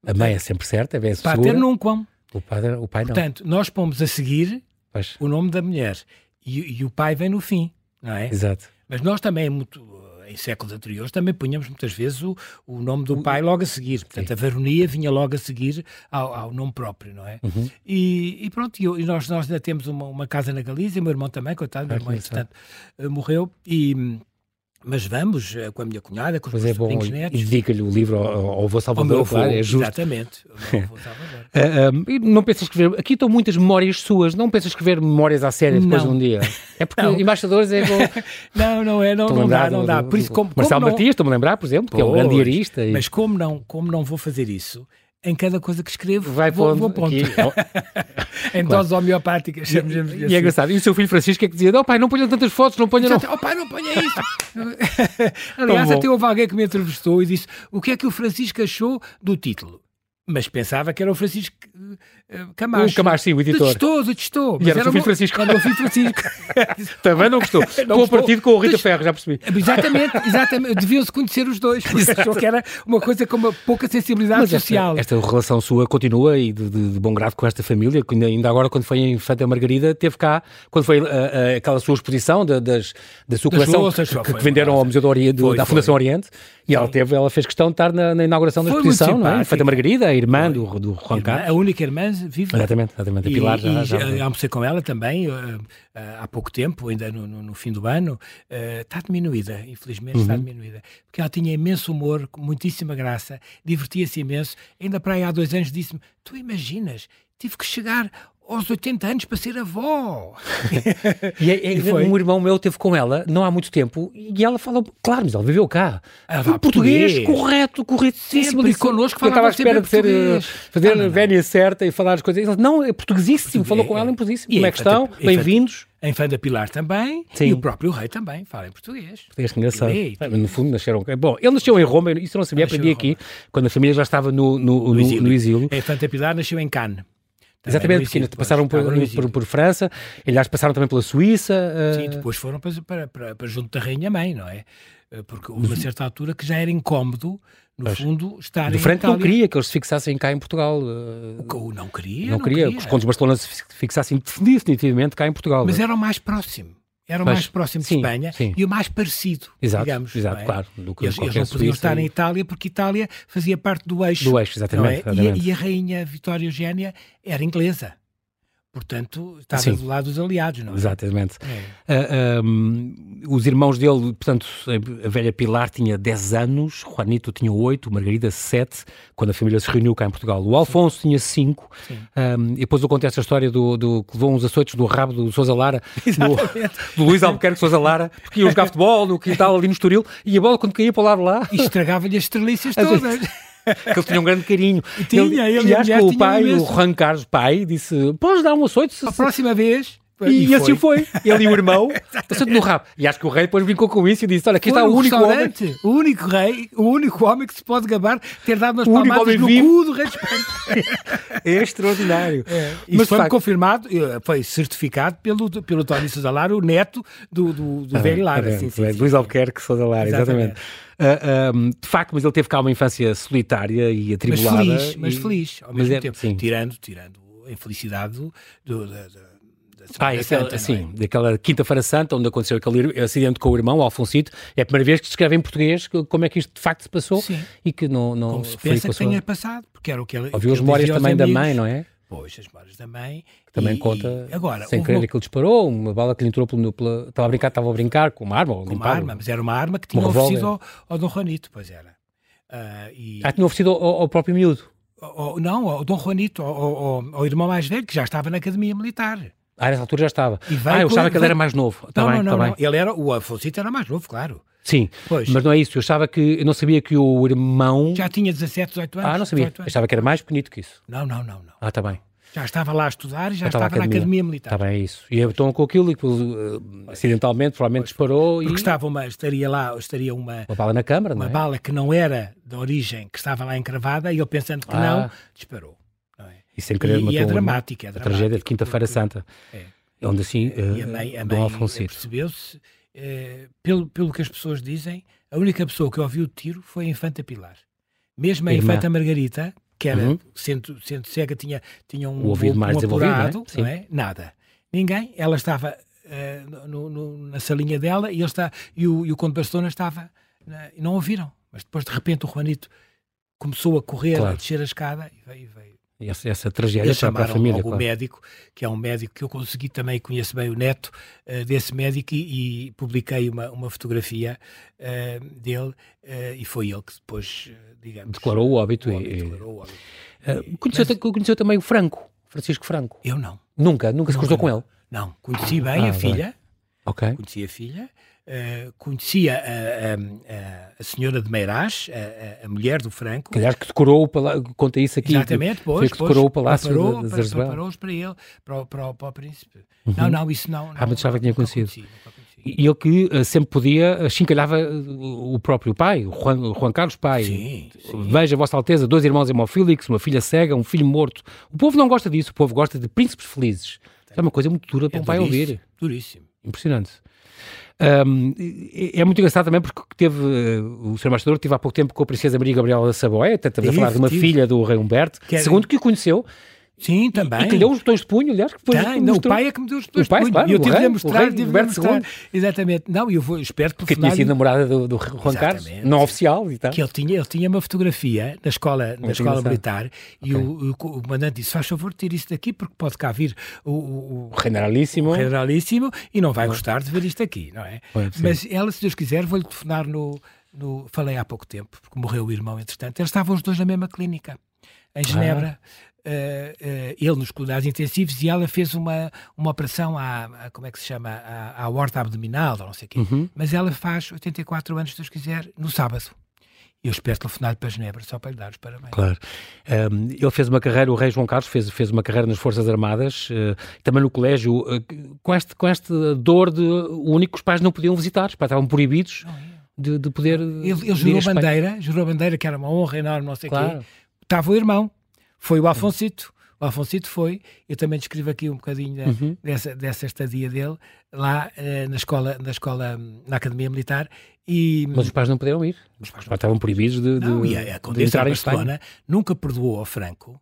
[SPEAKER 1] A mãe é sempre certa, é bem segura.
[SPEAKER 2] pater nunquam.
[SPEAKER 1] O, padre, o pai não.
[SPEAKER 2] Portanto, nós pomos a seguir
[SPEAKER 1] Pois.
[SPEAKER 2] o nome da mulher e, e o pai vem no fim, não é?
[SPEAKER 1] Exato.
[SPEAKER 2] Mas nós também, muito, em séculos anteriores, também punhamos muitas vezes o, o nome do pai logo a seguir. Portanto, a varonia vinha logo a seguir ao, ao nome próprio, não é?
[SPEAKER 1] Uhum.
[SPEAKER 2] E, e pronto, e, eu- e nós, nós ainda temos uma, uma casa na Galícia, o meu irmão também, coitado, meu
[SPEAKER 1] Ah,
[SPEAKER 2] irmão,
[SPEAKER 1] que engraçado.
[SPEAKER 2] entretanto, eh, morreu. E, mas vamos eh, com a minha cunhada, com os
[SPEAKER 1] Pois
[SPEAKER 2] meus
[SPEAKER 1] é bom.
[SPEAKER 2] sobrinhos
[SPEAKER 1] E
[SPEAKER 2] netos.
[SPEAKER 1] dedica-lhe o livro ao, ao avô
[SPEAKER 2] Ao meu
[SPEAKER 1] Salvador,
[SPEAKER 2] avô,
[SPEAKER 1] claro, é justo.
[SPEAKER 2] exatamente. Ao meu avô Salvador.
[SPEAKER 1] Ah, ah, e não pensas escrever. Aqui estão muitas memórias suas. Não pensas escrever memórias à séria depois
[SPEAKER 2] Não.
[SPEAKER 1] de um dia. É porque
[SPEAKER 2] Não.
[SPEAKER 1] embaixadores é bom.
[SPEAKER 2] Não, não é, não,
[SPEAKER 1] Estou a
[SPEAKER 2] não dá,
[SPEAKER 1] lembrar
[SPEAKER 2] não
[SPEAKER 1] do-
[SPEAKER 2] dá.
[SPEAKER 1] do-
[SPEAKER 2] Por isso,
[SPEAKER 1] do-
[SPEAKER 2] como, como
[SPEAKER 1] Marcelo
[SPEAKER 2] não-
[SPEAKER 1] Matias, estou-me a lembrar, por exemplo, que é um
[SPEAKER 2] Pois,
[SPEAKER 1] grande diarista. e
[SPEAKER 2] Mas como não, como não vou fazer isso, em cada coisa que escrevo,
[SPEAKER 1] Vai
[SPEAKER 2] vou,
[SPEAKER 1] pondo
[SPEAKER 2] vou pondo.
[SPEAKER 1] aqui.
[SPEAKER 2] em doses homeopáticas. chamemos-lhe
[SPEAKER 1] E
[SPEAKER 2] assim.
[SPEAKER 1] é engraçado. E o seu filho Francisco é que dizia: Não, pai, não ponham tantas fotos, não ponham. Não.
[SPEAKER 2] Portanto, oh, pai, não ponha isso. Aliás,
[SPEAKER 1] Tão bom.
[SPEAKER 2] até houve alguém que me entrevistou e disse o que é que o Francisco achou do título. Mas pensava que era o Francisco eh, Camacho.
[SPEAKER 1] O Camacho, sim, o editor.
[SPEAKER 2] Detestou, detestou. Mas
[SPEAKER 1] era o seu filho Francisco.
[SPEAKER 2] Era o meu filho Francisco.
[SPEAKER 1] Também não gostou. Estou a
[SPEAKER 2] gostou.
[SPEAKER 1] partido com o Rita
[SPEAKER 2] Mas-
[SPEAKER 1] Ferro, já percebi.
[SPEAKER 2] exatamente, exatamente. Deviam-se conhecer os dois, porque achou que era uma coisa com uma pouca sensibilidade
[SPEAKER 1] Mas
[SPEAKER 2] social.
[SPEAKER 1] Esta, esta relação sua continua e de, de- de bom grado com esta família, que ainda- ainda agora quando foi em Infanta Margarida, teve cá, quando foi ah, ah, aquela sua exposição da, das, da sua
[SPEAKER 2] Das
[SPEAKER 1] coleção
[SPEAKER 2] louças,
[SPEAKER 1] que,
[SPEAKER 2] só
[SPEAKER 1] que
[SPEAKER 2] foi
[SPEAKER 1] venderam
[SPEAKER 2] uma
[SPEAKER 1] ao Museu do Ori- do-
[SPEAKER 2] Foi,
[SPEAKER 1] da
[SPEAKER 2] foi.
[SPEAKER 1] Fundação Oriente, e ela, teve, ela fez questão de estar na, na inauguração da
[SPEAKER 2] Foi muito
[SPEAKER 1] exposição, não é?
[SPEAKER 2] simpática.
[SPEAKER 1] Infanta Margarida, a irmã do, do Juan
[SPEAKER 2] Irmã-
[SPEAKER 1] Carlos.
[SPEAKER 2] a única irmã vive.
[SPEAKER 1] Exatamente, exatamente. A
[SPEAKER 2] E-
[SPEAKER 1] Pilar já.
[SPEAKER 2] e
[SPEAKER 1] já-
[SPEAKER 2] já almocei com ela também eh, eh, há pouco tempo, ainda no, no- no fim do ano. Eh, está diminuída, infelizmente está
[SPEAKER 1] Uhum.
[SPEAKER 2] diminuída. Porque ela tinha imenso humor, com muitíssima graça, divertia-se imenso. Ainda para aí há dois anos disse-me: Tu imaginas, tive que chegar aos 80 anos para ser avó.
[SPEAKER 1] E, é- é-
[SPEAKER 2] E foi.
[SPEAKER 1] um irmão meu teve com ela não há muito tempo e ela falou, claro, mas ela viveu cá.
[SPEAKER 2] Ah,
[SPEAKER 1] Um
[SPEAKER 2] vá,
[SPEAKER 1] português,
[SPEAKER 2] português.
[SPEAKER 1] correto, corretíssimo.
[SPEAKER 2] Sim, e connosco
[SPEAKER 1] eu estava à
[SPEAKER 2] falava sempre
[SPEAKER 1] espera de ser, eh,
[SPEAKER 2] português.
[SPEAKER 1] fazer
[SPEAKER 2] Ah, não,
[SPEAKER 1] a
[SPEAKER 2] não.
[SPEAKER 1] vénia certa e falar as coisas. Ele, não, é portuguesíssimo.
[SPEAKER 2] Português,
[SPEAKER 1] Falou com
[SPEAKER 2] é.
[SPEAKER 1] ela em portuguesíssimo.
[SPEAKER 2] E
[SPEAKER 1] Como é
[SPEAKER 2] é
[SPEAKER 1] que estão?
[SPEAKER 2] fantástico, é
[SPEAKER 1] Bem-vindos.
[SPEAKER 2] A infã da Pilar também,
[SPEAKER 1] Sim.
[SPEAKER 2] e o próprio rei também, fala em português.
[SPEAKER 1] Este engraçado.
[SPEAKER 2] Ei,
[SPEAKER 1] Ah, mas No fundo, nasceram. Bom, ele nasceu em Roma, eu- isso eu não sabia,
[SPEAKER 2] Nasceu
[SPEAKER 1] aprendi
[SPEAKER 2] em
[SPEAKER 1] aqui, quando a família já estava no, no, no- no
[SPEAKER 2] No
[SPEAKER 1] exílio.
[SPEAKER 2] exílio. É, A infã da Pilar nasceu em Cannes. Também no
[SPEAKER 1] Exatamente, porque
[SPEAKER 2] exílio, pois,
[SPEAKER 1] passaram por,
[SPEAKER 2] estava no
[SPEAKER 1] por,
[SPEAKER 2] exílio.
[SPEAKER 1] por França, aliás, passaram também pela Suíça. eh,
[SPEAKER 2] Sim, depois foram para, para, para, para junto da Rainha Mãe, não é? Eh, Porque houve uma certa altura que já era incómodo, no fundo, estar
[SPEAKER 1] do
[SPEAKER 2] em
[SPEAKER 1] Franco não
[SPEAKER 2] Itália.
[SPEAKER 1] queria que eles se fixassem cá em Portugal. eh,
[SPEAKER 2] O que eu Não queria,
[SPEAKER 1] não, queria, que os contos de Barcelona se fi- fixassem definitivamente cá em Portugal.
[SPEAKER 2] Mas é era o mais próximo. Era o
[SPEAKER 1] Pois,
[SPEAKER 2] mais próximo de
[SPEAKER 1] sim,
[SPEAKER 2] Espanha
[SPEAKER 1] sim.
[SPEAKER 2] e o mais parecido,
[SPEAKER 1] exato,
[SPEAKER 2] digamos.
[SPEAKER 1] exato,
[SPEAKER 2] não é?
[SPEAKER 1] claro. Do que
[SPEAKER 2] Eles, eles
[SPEAKER 1] qualquer
[SPEAKER 2] não podiam
[SPEAKER 1] Suíça
[SPEAKER 2] estar
[SPEAKER 1] e-
[SPEAKER 2] em Itália porque Itália fazia parte do eixo.
[SPEAKER 1] Do eixo,
[SPEAKER 2] não é?
[SPEAKER 1] exatamente.
[SPEAKER 2] E, a-
[SPEAKER 1] exatamente.
[SPEAKER 2] e a Rainha Vitória Eugénia era inglesa. Portanto, estava
[SPEAKER 1] Sim.
[SPEAKER 2] do lado dos aliados, não é?
[SPEAKER 1] Exatamente.
[SPEAKER 2] É.
[SPEAKER 1] Ah, ahm, os irmãos dele, portanto, a velha Pilar tinha 10 anos, Juanito tinha 8, Margarida 7, quando a família se reuniu cá em Portugal. O Alfonso tinha 5,
[SPEAKER 2] Sim.
[SPEAKER 1] ahm, e depois eu contei essa história do, do que levou uns açoites do rabo do Sousa Lara, do, do Luís Albuquerque Sousa Lara, porque iam jogar futebol no quintal ali no Estoril, e a bola quando caía para o lado lá,
[SPEAKER 2] E estragava-lhe as treliças
[SPEAKER 1] As-
[SPEAKER 2] todas.
[SPEAKER 1] que ele tinha um grande carinho.
[SPEAKER 2] Tinha, ele e a
[SPEAKER 1] aliás,
[SPEAKER 2] mulher
[SPEAKER 1] que o
[SPEAKER 2] tinham
[SPEAKER 1] pai, o
[SPEAKER 2] imenso.
[SPEAKER 1] Juan Carlos, pai, disse: Podes dar um açoite? se-
[SPEAKER 2] A próxima vez.
[SPEAKER 1] E, e assim foi. Ele e o irmão, passando no rabo. E acho que o rei depois brincou com isso e disse: Olha, aqui está
[SPEAKER 2] Foi
[SPEAKER 1] o
[SPEAKER 2] no
[SPEAKER 1] único homem.
[SPEAKER 2] restaurante, O único rei, o único homem que se pode gabar de ter dado umas
[SPEAKER 1] O único
[SPEAKER 2] palmadas
[SPEAKER 1] homem
[SPEAKER 2] no
[SPEAKER 1] vivo.
[SPEAKER 2] cu do rei de Espanha.
[SPEAKER 1] É extraordinário.
[SPEAKER 2] Isso
[SPEAKER 1] Mas É, de
[SPEAKER 2] É, foi
[SPEAKER 1] facto,
[SPEAKER 2] confirmado, eh, foi certificado pelo, pelo Tony Sudalar, o neto do, do, do velho Lara.
[SPEAKER 1] Exatamente,
[SPEAKER 2] sim, sim,
[SPEAKER 1] é,
[SPEAKER 2] sim.
[SPEAKER 1] Luís Albuquerque, Sousa Lara, exatamente. Ah, ah, de facto, mas ele teve cá uma infância solitária e
[SPEAKER 2] Mas
[SPEAKER 1] atribulada.
[SPEAKER 2] feliz,
[SPEAKER 1] e-
[SPEAKER 2] mas feliz, ao
[SPEAKER 1] mas
[SPEAKER 2] mesmo
[SPEAKER 1] é-
[SPEAKER 2] tempo.
[SPEAKER 1] sim.
[SPEAKER 2] Tirando, tirando a infelicidade do, do- da, da, da
[SPEAKER 1] Ah,
[SPEAKER 2] Semana
[SPEAKER 1] esse é-
[SPEAKER 2] Santa, não é?
[SPEAKER 1] sim, daquela Quinta-feira Santa, onde aconteceu aquele ir- acidente com o irmão, o Alfonsito. É a primeira vez que se escreve em português que- como é que isto de facto se passou
[SPEAKER 2] Sim.
[SPEAKER 1] e que não, não
[SPEAKER 2] Como se
[SPEAKER 1] foi
[SPEAKER 2] pensa
[SPEAKER 1] com a
[SPEAKER 2] que
[SPEAKER 1] sua-
[SPEAKER 2] tenha passado, porque era o que ele.
[SPEAKER 1] Ouviu
[SPEAKER 2] que
[SPEAKER 1] as
[SPEAKER 2] ele
[SPEAKER 1] memórias
[SPEAKER 2] dizia aos
[SPEAKER 1] também da
[SPEAKER 2] amigos.
[SPEAKER 1] mãe, não é?
[SPEAKER 2] Pois, as memórias da mãe.
[SPEAKER 1] Também
[SPEAKER 2] e-
[SPEAKER 1] conta,
[SPEAKER 2] Agora,
[SPEAKER 1] sem
[SPEAKER 2] houve
[SPEAKER 1] querer,
[SPEAKER 2] uma-
[SPEAKER 1] aquilo disparou, uma bala que lhe entrou pelo... pela- Estava a brincar, estava a brincar com uma arma, ou
[SPEAKER 2] com uma
[SPEAKER 1] limpar,
[SPEAKER 2] arma, mas era uma arma que
[SPEAKER 1] Um
[SPEAKER 2] tinha oferecido ao,
[SPEAKER 1] revólver.
[SPEAKER 2] ao Dom Juanito, pois era. Ah, e,
[SPEAKER 1] Ah, tinha oferecido ao, ao próprio miúdo.
[SPEAKER 2] ao- ao- não, ao Dom Juanito, ao, ao- ao irmão mais velho, que já estava na academia militar.
[SPEAKER 1] Ah, nessa altura já estava.
[SPEAKER 2] E vai
[SPEAKER 1] Ah, eu
[SPEAKER 2] com-
[SPEAKER 1] achava que ele
[SPEAKER 2] vai-
[SPEAKER 1] era mais novo. Tá
[SPEAKER 2] não,
[SPEAKER 1] bem,
[SPEAKER 2] não, não,
[SPEAKER 1] tá
[SPEAKER 2] não.
[SPEAKER 1] bem.
[SPEAKER 2] Ele era, o Afonsito era mais novo, claro.
[SPEAKER 1] Sim,
[SPEAKER 2] Pois.
[SPEAKER 1] mas não é isso. Eu achava que... Eu não sabia que o irmão...
[SPEAKER 2] Já tinha 17, 18 anos.
[SPEAKER 1] Ah, não sabia.
[SPEAKER 2] 18 anos.
[SPEAKER 1] Achava que era mais bonito que isso.
[SPEAKER 2] Não, não, não, não.
[SPEAKER 1] Ah, está bem.
[SPEAKER 2] Já estava lá a estudar e já
[SPEAKER 1] Já estava
[SPEAKER 2] estava,
[SPEAKER 1] à
[SPEAKER 2] na
[SPEAKER 1] academia.
[SPEAKER 2] academia militar.
[SPEAKER 1] Está bem, é isso. E então com aquilo, e depois, eh, acidentalmente, provavelmente disparou
[SPEAKER 2] Porque
[SPEAKER 1] e...
[SPEAKER 2] estava uma, estaria lá, estaria uma,
[SPEAKER 1] Uma bala na câmara,
[SPEAKER 2] uma
[SPEAKER 1] não é?
[SPEAKER 2] bala que não era da origem, que estava lá encravada, e ele pensando que não,
[SPEAKER 1] Ah.
[SPEAKER 2] disparou. não é?
[SPEAKER 1] E sem querer
[SPEAKER 2] E-
[SPEAKER 1] matou
[SPEAKER 2] e
[SPEAKER 1] um
[SPEAKER 2] é
[SPEAKER 1] irmão.
[SPEAKER 2] dramático, é
[SPEAKER 1] A
[SPEAKER 2] dramático.
[SPEAKER 1] tragédia de Quinta-feira Santa.
[SPEAKER 2] É.
[SPEAKER 1] Onde assim,
[SPEAKER 2] E a mãe,
[SPEAKER 1] eh,
[SPEAKER 2] a
[SPEAKER 1] Dom
[SPEAKER 2] mãe
[SPEAKER 1] Afonso.
[SPEAKER 2] percebeu-se, eh, pelo, pelo que as pessoas dizem, a única pessoa que ouviu o tiro foi a Infanta Pilar. Mesmo a
[SPEAKER 1] Irmã.
[SPEAKER 2] Infanta Margarita, que era,
[SPEAKER 1] Uhum.
[SPEAKER 2] sendo, sendo cega, tinha, tinha um,
[SPEAKER 1] O ouvido
[SPEAKER 2] um
[SPEAKER 1] mais desenvolvido,
[SPEAKER 2] apurado,
[SPEAKER 1] não é? Sim.
[SPEAKER 2] não é? Nada. Ninguém. Ela estava eh, no- no- na salinha dela e, ele está, e o, e o Conde Bastona estava... na- e não ouviram. Mas depois, de repente, o Juanito começou a correr,
[SPEAKER 1] Claro.
[SPEAKER 2] a descer a escada e veio... veio
[SPEAKER 1] E Essa, essa tragédia
[SPEAKER 2] eles
[SPEAKER 1] para para a
[SPEAKER 2] chamaram
[SPEAKER 1] família.
[SPEAKER 2] logo o
[SPEAKER 1] claro.
[SPEAKER 2] médico, que é um médico que eu consegui também, conheço bem o neto eh, desse médico e, e publiquei uma, uma fotografia eh, dele eh, e foi ele que depois, eh, digamos...
[SPEAKER 1] Declarou o óbito.
[SPEAKER 2] o
[SPEAKER 1] e-
[SPEAKER 2] óbito,
[SPEAKER 1] e-
[SPEAKER 2] declarou o óbito.
[SPEAKER 1] eh, conheceu, ta- conheceu também o Franco, Francisco Franco.
[SPEAKER 2] Eu não,
[SPEAKER 1] Nunca, nunca se
[SPEAKER 2] Nunca,
[SPEAKER 1] cruzou com
[SPEAKER 2] não.
[SPEAKER 1] ele.
[SPEAKER 2] não. Conheci bem
[SPEAKER 1] Ah,
[SPEAKER 2] a
[SPEAKER 1] bem.
[SPEAKER 2] filha,
[SPEAKER 1] Ok.
[SPEAKER 2] conheci a filha, eh, conheci a, a- a- a senhora de Meirás, a, a- a mulher do Franco,
[SPEAKER 1] Que, aliás, que decorou o palácio. Conta isso aqui.
[SPEAKER 2] Exatamente,
[SPEAKER 1] que-
[SPEAKER 2] pois,
[SPEAKER 1] Foi que
[SPEAKER 2] pois,
[SPEAKER 1] decorou o palácio
[SPEAKER 2] preparou,
[SPEAKER 1] de, de
[SPEAKER 2] pre-
[SPEAKER 1] Zerzebel.
[SPEAKER 2] preparou-os para ele, para o, para o, para o príncipe. Não, não, isso não.
[SPEAKER 1] Ah,
[SPEAKER 2] não,
[SPEAKER 1] mas achava que tinha
[SPEAKER 2] nunca
[SPEAKER 1] conhecido.
[SPEAKER 2] conheci, nunca conheci.
[SPEAKER 1] E ele que eh, sempre podia, eh, chincalhava eh, o próprio pai, o Juan, o Juan Carlos Pai.
[SPEAKER 2] Sim,
[SPEAKER 1] Veja, Vossa Alteza, dois irmãos hemofílicos, uma filha cega, um filho morto. O povo não gosta disso, o povo gosta de príncipes felizes. Isso é uma coisa muito dura para um pai ouvir.
[SPEAKER 2] duríssimo, Duríssimo.
[SPEAKER 1] Impressionante. Ahm, e- e é muito engraçado também porque teve eh, o Sr. Mastador teve há pouco tempo com a Princesa Maria Gabriela da Saboia, até estamos a
[SPEAKER 2] Tive,
[SPEAKER 1] falar de uma
[SPEAKER 2] tive.
[SPEAKER 1] filha do Rei Humberto,
[SPEAKER 2] Que era-
[SPEAKER 1] segundo que o conheceu,
[SPEAKER 2] Sim, também.
[SPEAKER 1] e que lhe deu uns botões de punho, aliás, que depois
[SPEAKER 2] Tem,
[SPEAKER 1] lhe
[SPEAKER 2] não, o
[SPEAKER 1] mostrou.
[SPEAKER 2] pai é que me deu os dois
[SPEAKER 1] pai,
[SPEAKER 2] punhos.
[SPEAKER 1] claro,
[SPEAKER 2] E eu
[SPEAKER 1] o
[SPEAKER 2] tive de
[SPEAKER 1] rei,
[SPEAKER 2] lhe
[SPEAKER 1] o
[SPEAKER 2] mostrar,
[SPEAKER 1] rei
[SPEAKER 2] tive de lhe
[SPEAKER 1] Humberto
[SPEAKER 2] mostrar. Exatamente. Não, eu vou, espero
[SPEAKER 1] que tinha sido
[SPEAKER 2] telefonar-lhe
[SPEAKER 1] namorada do, do Juan Carlos,
[SPEAKER 2] Exatamente.
[SPEAKER 1] não oficial e tal.
[SPEAKER 2] que ele tinha, ele tinha uma fotografia na escola, na
[SPEAKER 1] Muito
[SPEAKER 2] escola
[SPEAKER 1] engraçado.
[SPEAKER 2] militar e o, o, o comandante disse, faz favor, tira isso daqui porque pode cá vir o, o, o
[SPEAKER 1] O Generalíssimo.
[SPEAKER 2] generalíssimo e não vai gostar de ver isto aqui, não é?
[SPEAKER 1] Pois, sim.
[SPEAKER 2] Mas ela, se Deus quiser, vou-lhe telefonar no, no- Falei há pouco tempo, porque morreu o irmão, entretanto. Eles estavam os dois na mesma clínica,
[SPEAKER 1] Ah.
[SPEAKER 2] em Genebra. Eh, eh, ele nos cuidados intensivos e ela fez uma, uma operação à, à- como é que se chama, à, à horta abdominal, ou não sei o quê.
[SPEAKER 1] Uhum.
[SPEAKER 2] Mas ela faz 84 anos, se Deus quiser, no sábado. E eu espero telefonar para Genebra, só para lhe dar os parabéns.
[SPEAKER 1] Claro. Um, ele fez uma carreira, o Rei João Carlos fez, fez uma carreira nas Forças Armadas, eh, também no colégio, eh, com, este, com este dor de o único que os pais não podiam visitar, os pais estavam proibidos de, de poder.
[SPEAKER 2] Ele, ele jurou bandeira, jurou bandeira, que era uma honra enorme, não sei o
[SPEAKER 1] Claro.
[SPEAKER 2] quê. Estava o irmão, foi o Alfonsito. O Alfonsito foi, eu também descrevo aqui um bocadinho da-
[SPEAKER 1] Uhum.
[SPEAKER 2] dessa, dessa estadia dele, lá eh, na escola, na escola, hum, na Academia Militar, e
[SPEAKER 1] Mas os pais não puderam ir. Os
[SPEAKER 2] Os
[SPEAKER 1] pais
[SPEAKER 2] pais
[SPEAKER 1] estavam proibidos de, de,
[SPEAKER 2] não, e a, a
[SPEAKER 1] de
[SPEAKER 2] Condessa
[SPEAKER 1] entrar
[SPEAKER 2] de
[SPEAKER 1] em Espanha.
[SPEAKER 2] Barcelona nunca perdoou ao Franco,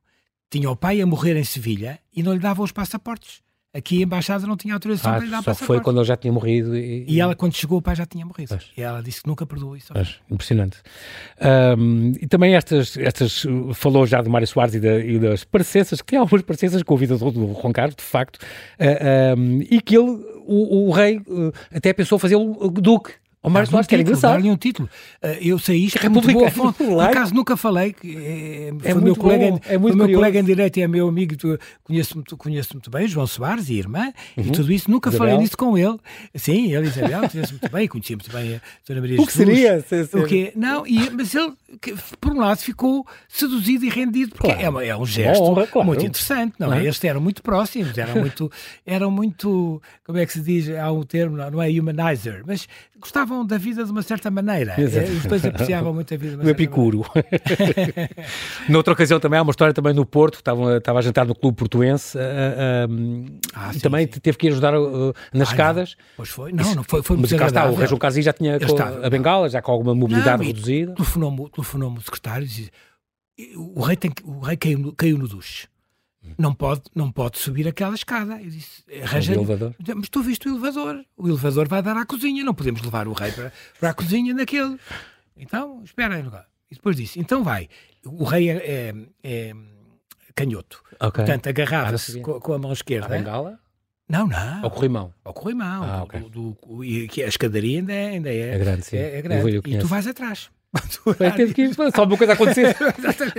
[SPEAKER 2] tinha o pai a morrer em Sevilha e não lhe davam os passaportes. Aqui a Embaixada não tinha autorização
[SPEAKER 1] Ah,
[SPEAKER 2] para lhe dar
[SPEAKER 1] só
[SPEAKER 2] passaportes.
[SPEAKER 1] foi quando ele já tinha morrido. E,
[SPEAKER 2] E ela, quando chegou, o pai já tinha morrido.
[SPEAKER 1] Pois.
[SPEAKER 2] E ela disse que nunca perdoou isso. ao
[SPEAKER 1] Pois, impressionante. Ahm, e também estas, estas, uh, falou já do Mário Soares e, da- e das parecenças, que tem algumas parecenças com o vida do Juan Carlos, de facto, ah, ahm, e que ele, o, o rei, uh, até pensou fazê-lo uh, duque. O Mário
[SPEAKER 2] Dar-lhe um
[SPEAKER 1] Soares, que era
[SPEAKER 2] título,
[SPEAKER 1] engraçado.
[SPEAKER 2] Dar-lhe um título. Eh, eu sei isto,
[SPEAKER 1] Que
[SPEAKER 2] é muito boa
[SPEAKER 1] republicano,
[SPEAKER 2] fonte. Por
[SPEAKER 1] claro.
[SPEAKER 2] acaso nunca falei, que, eh, foi
[SPEAKER 1] muito
[SPEAKER 2] meu colega,
[SPEAKER 1] bom, é
[SPEAKER 2] em-
[SPEAKER 1] muito
[SPEAKER 2] foi meu
[SPEAKER 1] curioso.
[SPEAKER 2] colega em direito e é meu amigo, tu- conheço muito, conheço muito bem, João Soares e irmã, e tudo isso, nunca
[SPEAKER 1] Uhum. Isabel.
[SPEAKER 2] falei nisso com ele. Sim, ele e Isabel, conheço muito bem, conhecia muito bem a Dona Maria
[SPEAKER 1] O que
[SPEAKER 2] um Jesus.
[SPEAKER 1] seria? Se- se-
[SPEAKER 2] O quê? Não, e- mas ele, que, por um lado, ficou seduzido e rendido, porque
[SPEAKER 1] Claro.
[SPEAKER 2] é, uma- é um gesto
[SPEAKER 1] honra, claro.
[SPEAKER 2] muito interessante, não,
[SPEAKER 1] Não
[SPEAKER 2] é?
[SPEAKER 1] é?
[SPEAKER 2] Eles eram muito próximos, eram muito, eram muito, como é que se diz, há um termo, não, não é humanizer, mas gostavam da vida de uma certa maneira.
[SPEAKER 1] Exato.
[SPEAKER 2] Eh, Os dois apreciavam muito a vida de uma
[SPEAKER 1] do
[SPEAKER 2] certa
[SPEAKER 1] Epicuro. Noutra ocasião também há uma história também no Porto, estava, estava a jantar no clube portuense ah, ah, um,
[SPEAKER 2] Ah,
[SPEAKER 1] e
[SPEAKER 2] sim,
[SPEAKER 1] também te- teve que ir ajudar uh, nas
[SPEAKER 2] Ah,
[SPEAKER 1] escadas.
[SPEAKER 2] maneira. Pois foi, não, não foi, foi
[SPEAKER 1] Mas
[SPEAKER 2] muito
[SPEAKER 1] cá está, o
[SPEAKER 2] agradável.
[SPEAKER 1] Rei João Carlos aí já tinha
[SPEAKER 2] Ele
[SPEAKER 1] com
[SPEAKER 2] estava-
[SPEAKER 1] a bengala, já com alguma mobilidade
[SPEAKER 2] Não, e
[SPEAKER 1] reduzida.
[SPEAKER 2] Telefonou-me telefonou o secretário e disse: o rei, tem que- o rei caiu, no- caiu no duche. Não pode, não pode subir aquela escada. Eu disse, "É arranja
[SPEAKER 1] elevador.
[SPEAKER 2] Mas tu viste o elevador. O elevador vai dar à cozinha. Não podemos levar o rei para, para a cozinha naquele. Então, espera aí. um bocado." E depois disse, então vai. O rei é, é- é canhoto.
[SPEAKER 1] Ok.
[SPEAKER 2] Portanto, é?
[SPEAKER 1] Ah, não
[SPEAKER 2] agarrava-se
[SPEAKER 1] sabia.
[SPEAKER 2] co- com, a mão
[SPEAKER 1] A
[SPEAKER 2] esquerda.
[SPEAKER 1] bengala?
[SPEAKER 2] Não, não.
[SPEAKER 1] Ao corrimão?
[SPEAKER 2] Ao corrimão.
[SPEAKER 1] Ah,
[SPEAKER 2] do-
[SPEAKER 1] ok.
[SPEAKER 2] do- do- e que a escadaria ainda é. Ainda é,
[SPEAKER 1] É grande, sim.
[SPEAKER 2] é- é
[SPEAKER 1] Eu
[SPEAKER 2] grande.
[SPEAKER 1] vou- eu
[SPEAKER 2] e
[SPEAKER 1] conheço.
[SPEAKER 2] tu vais atrás.
[SPEAKER 1] Bem, teve que ir, só uma coisa acontecer.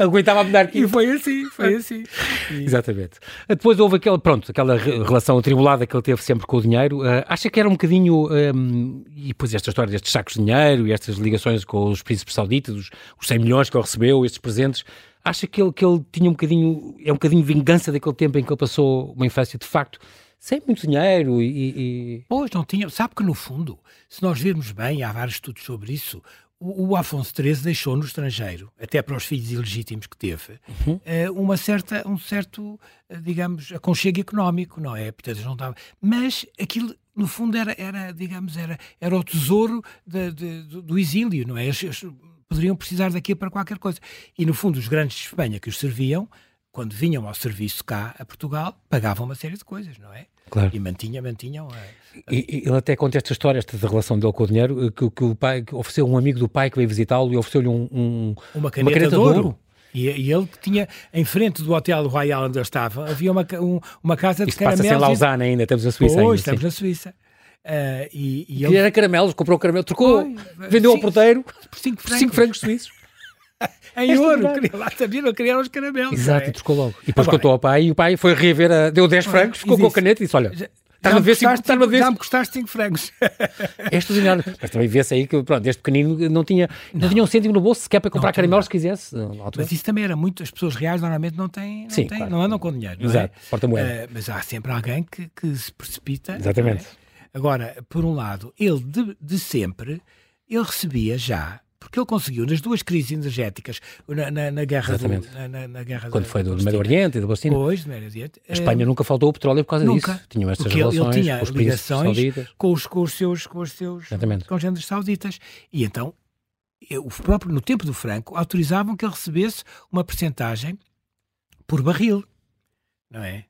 [SPEAKER 1] Aguentava a monarquia.
[SPEAKER 2] E foi assim, foi assim.
[SPEAKER 1] Exatamente. Depois houve aquela, pronto, aquela re- relação atribulada que ele teve sempre com o dinheiro. Ah, acha que era um bocadinho. hum, e depois esta história destes sacos de dinheiro e estas ligações com os príncipes sauditas, os, os 100 milhões que ele recebeu, estes presentes. Acha que ele, que ele tinha um bocadinho. É um bocadinho vingança daquele tempo em que ele passou uma infância de facto sem muito dinheiro e. e-
[SPEAKER 2] Pois, não tinha. Sabe que, no fundo, se nós virmos bem, há vários estudos sobre isso, o, o Afonso XIII deixou no estrangeiro, até para os filhos ilegítimos que teve, eh, uma certa, um certo, eh, digamos, aconchego económico, não é? Portanto, eles não dava. Mas aquilo. No fundo era, era digamos, era, era o tesouro da- de- do, do exílio, não é? Eles, eles poderiam precisar daquilo para qualquer coisa. E, no fundo, os grandes de Espanha que os serviam, quando vinham ao serviço cá, a Portugal, pagavam uma série de coisas, não é?
[SPEAKER 1] Claro.
[SPEAKER 2] E mantinha, mantinham eh, a,
[SPEAKER 1] E, e ele até conta esta história, esta da relação dele com o dinheiro, eh, que, que o pai que ofereceu um amigo do pai que veio visitá-lo e ofereceu-lhe um, um-
[SPEAKER 2] uma caneta,
[SPEAKER 1] caneta
[SPEAKER 2] de
[SPEAKER 1] de
[SPEAKER 2] ouro.
[SPEAKER 1] ouro.
[SPEAKER 2] E, e ele que tinha, em frente do hotel Royal onde eu estava, havia uma, ca- um- uma casa de
[SPEAKER 1] Isto passa-se em
[SPEAKER 2] caramelos.
[SPEAKER 1] Lausanne ainda, estamos na
[SPEAKER 2] e...
[SPEAKER 1] Suíça ainda.
[SPEAKER 2] Pois,
[SPEAKER 1] sim.
[SPEAKER 2] estamos na Suíça. Ah, e, e
[SPEAKER 1] Ele
[SPEAKER 2] ele
[SPEAKER 1] era caramelos, comprou caramelo, trocou,
[SPEAKER 2] Pois,
[SPEAKER 1] vendeu ao
[SPEAKER 2] sim,
[SPEAKER 1] porteiro
[SPEAKER 2] por 5
[SPEAKER 1] por
[SPEAKER 2] francos,
[SPEAKER 1] 5 francos suíços.
[SPEAKER 2] em
[SPEAKER 1] Esta
[SPEAKER 2] ouro,
[SPEAKER 1] verdade.
[SPEAKER 2] queria lá sabia, não queria os caramelos.
[SPEAKER 1] Exato,
[SPEAKER 2] não
[SPEAKER 1] e
[SPEAKER 2] é?
[SPEAKER 1] trocou logo. E depois
[SPEAKER 2] Agora-
[SPEAKER 1] contou ao pai e o pai foi reaver, a- deu 10 francos,
[SPEAKER 2] e
[SPEAKER 1] ficou com a
[SPEAKER 2] disse,
[SPEAKER 1] caneta e disse: Olha,
[SPEAKER 2] Já-
[SPEAKER 1] estás a
[SPEAKER 2] me
[SPEAKER 1] ver se
[SPEAKER 2] custaste
[SPEAKER 1] estás a
[SPEAKER 2] cinco-
[SPEAKER 1] ver
[SPEAKER 2] já
[SPEAKER 1] se
[SPEAKER 2] me custaste 5 francos.
[SPEAKER 1] és desenhado. Mas também vê-se aí que, pronto, este pequenino não tinha, não. tinha um cêntimo no bolso sequer para comprar caramelos se quisesse. na altura.
[SPEAKER 2] Mas isso também era muito. As pessoas reais normalmente não têm, não,
[SPEAKER 1] Sim,
[SPEAKER 2] têm-
[SPEAKER 1] claro.
[SPEAKER 2] não andam com dinheiro. não é?
[SPEAKER 1] Exato, porta-moeda.
[SPEAKER 2] Ah, mas há sempre alguém que, que se precipita. não é?
[SPEAKER 1] Exatamente.
[SPEAKER 2] Agora, por um lado, ele de, de sempre ele recebia já. Porque ele conseguiu, nas duas crises energéticas, na, na, na guerra do,
[SPEAKER 1] Exatamente.
[SPEAKER 2] na, na- na guerra
[SPEAKER 1] Quando
[SPEAKER 2] da-
[SPEAKER 1] foi do
[SPEAKER 2] da
[SPEAKER 1] Médio
[SPEAKER 2] Palestina.
[SPEAKER 1] Oriente e do Palestina.
[SPEAKER 2] Pois, do Médio Oriente. eh,
[SPEAKER 1] A Espanha nunca faltou o petróleo por causa
[SPEAKER 2] Nunca.
[SPEAKER 1] disso. Tinham estas
[SPEAKER 2] Porque ele-
[SPEAKER 1] relações,
[SPEAKER 2] ele tinha
[SPEAKER 1] com os príncipes
[SPEAKER 2] ligações
[SPEAKER 1] sauditas.
[SPEAKER 2] com os, com os seus, com os seus
[SPEAKER 1] Exatamente.
[SPEAKER 2] congêneres sauditas. E então, eh, o próprio, no tempo do Franco, autorizavam que ele recebesse uma percentagem por barril, não é?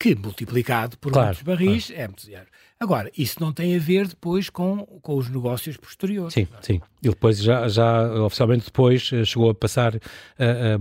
[SPEAKER 2] Que multiplicado por
[SPEAKER 1] Claro,
[SPEAKER 2] muitos barris é muito dinheiro. Agora, isso não tem a ver depois com, com os negócios posteriores.
[SPEAKER 1] Sim, sim. E depois, já, já oficialmente depois, eh, chegou a passar, eh,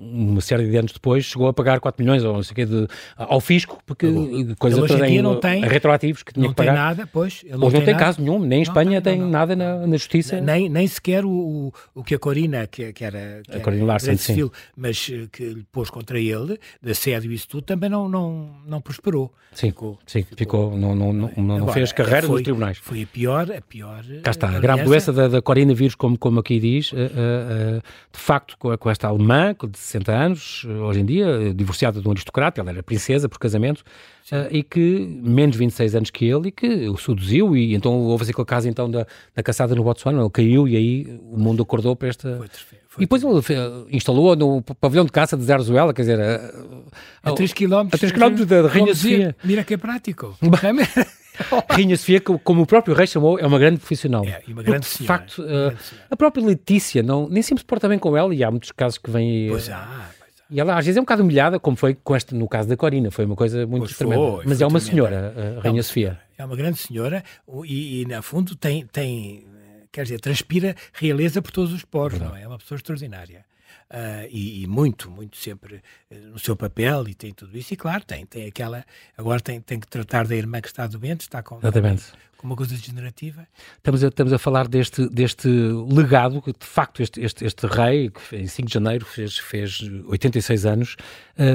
[SPEAKER 1] um, uma série de anos depois, chegou a pagar 4 milhões ou não sei o quê de, ao fisco, porque
[SPEAKER 2] Tá bom.
[SPEAKER 1] eh, coisas
[SPEAKER 2] Ele hoje em
[SPEAKER 1] trazem
[SPEAKER 2] dia não tem-
[SPEAKER 1] retroativos que tinha
[SPEAKER 2] Não
[SPEAKER 1] que
[SPEAKER 2] tem
[SPEAKER 1] pagar.
[SPEAKER 2] nada, pois. Ele
[SPEAKER 1] Hoje não tem
[SPEAKER 2] nada.
[SPEAKER 1] caso nenhum, nem em
[SPEAKER 2] Não
[SPEAKER 1] Espanha
[SPEAKER 2] tem,
[SPEAKER 1] tem,
[SPEAKER 2] não, não.
[SPEAKER 1] nada na, na justiça.
[SPEAKER 2] Nem, nem sequer o, o, o que a Corina, que, que era, que
[SPEAKER 1] A Corina
[SPEAKER 2] era
[SPEAKER 1] Larsen,
[SPEAKER 2] grande
[SPEAKER 1] sim.
[SPEAKER 2] civil, mas eh, que lhe pôs contra ele, de assédio e isso tudo, também não, não, não prosperou.
[SPEAKER 1] sim, ficou, sim, ficou, não, não, não, não
[SPEAKER 2] Agora,
[SPEAKER 1] fez carreira
[SPEAKER 2] foi,
[SPEAKER 1] nos tribunais.
[SPEAKER 2] Foi a pior, a pior. eh,
[SPEAKER 1] Cá está, a grave
[SPEAKER 2] aliança.
[SPEAKER 1] doença da, da coronavírus, como, como aqui diz, eh, eh, eh, de facto, com, com esta alemã com de 60 anos, eh, hoje em dia, eh, divorciada de um aristocrata, ela era princesa por casamento, eh, e que, menos 26 anos que ele, e que o seduziu, e então houve aquele caso então da, da caçada no Botswana, ele caiu e aí o mundo acordou para esta...
[SPEAKER 2] Foi terceiro,
[SPEAKER 1] e
[SPEAKER 2] foi
[SPEAKER 1] depois ele fe- instalou no p- pavilhão de caça de Zarzuela, quer dizer... eh,
[SPEAKER 2] A
[SPEAKER 1] eh,
[SPEAKER 2] 3 km.
[SPEAKER 1] a três quilómetros da Rainha Sofia.
[SPEAKER 2] Mira que é prático.
[SPEAKER 1] Rainha Sofia, que, como o próprio rei chamou, é uma grande profissional.
[SPEAKER 2] É, e uma grande
[SPEAKER 1] Porque, de
[SPEAKER 2] senhora,
[SPEAKER 1] facto,
[SPEAKER 2] uma
[SPEAKER 1] eh,
[SPEAKER 2] grande senhora.
[SPEAKER 1] a própria Letícia não, nem sempre se porta bem com ela, e há muitos casos que vêm. eh,
[SPEAKER 2] pois é. há, pois há.
[SPEAKER 1] E ela às vezes é um bocado humilhada, como foi com este, no caso da Corina, foi uma coisa muito
[SPEAKER 2] Pois
[SPEAKER 1] tremenda.
[SPEAKER 2] foi,
[SPEAKER 1] Mas
[SPEAKER 2] foi
[SPEAKER 1] é uma
[SPEAKER 2] tremenda.
[SPEAKER 1] senhora, a
[SPEAKER 2] É
[SPEAKER 1] Rainha
[SPEAKER 2] uma
[SPEAKER 1] Sofia.
[SPEAKER 2] É uma grande senhora o- e, e, na fundo, tem, tem, eh, quer dizer, transpira realeza por todos os poros, não é? É uma pessoa extraordinária. Ah, e, e muito, muito sempre eh, no seu papel e tem tudo isso. E claro, tem, tem aquela. Agora tem, tem que tratar da irmã que está doente, está com,
[SPEAKER 1] Exatamente.
[SPEAKER 2] com uma coisa degenerativa.
[SPEAKER 1] Estamos a, estamos a falar deste, deste legado, que de facto este, este, este rei, que em 5 de janeiro fez, fez 86 anos,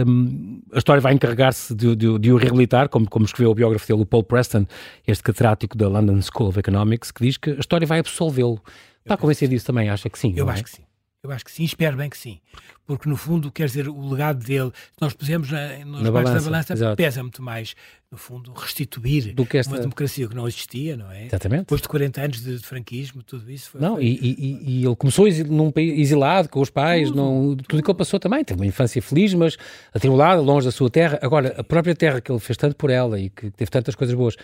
[SPEAKER 1] hum, a história vai encarregar-se de, de- de o reabilitar, como, como escreveu o biógrafo dele, o Paul Preston, este catedrático da London School of Economics, que diz que a história vai absolvê-lo. Está convencido disso também, acha que sim?
[SPEAKER 2] Eu
[SPEAKER 1] não é?
[SPEAKER 2] acho que sim. Eu acho que sim, espero bem que sim. Porque, no fundo, quer dizer, o legado dele, se nós pusemos na, nos
[SPEAKER 1] Na
[SPEAKER 2] na
[SPEAKER 1] balança,
[SPEAKER 2] da balança,
[SPEAKER 1] exato.
[SPEAKER 2] pesa muito mais, no fundo, restituir
[SPEAKER 1] Do que esta-
[SPEAKER 2] uma democracia que não existia, não é?
[SPEAKER 1] Exatamente.
[SPEAKER 2] Depois de 40 anos de, de franquismo, tudo isso foi.
[SPEAKER 1] Não,
[SPEAKER 2] foi-
[SPEAKER 1] e, e- e- e ele começou exil- num país exilado com os pais,
[SPEAKER 2] Uhum.
[SPEAKER 1] não, tudo o que ele passou também. Teve uma infância feliz, mas atribulada, longe da sua terra. Agora, a própria terra que ele fez tanto por ela e que teve tantas coisas boas,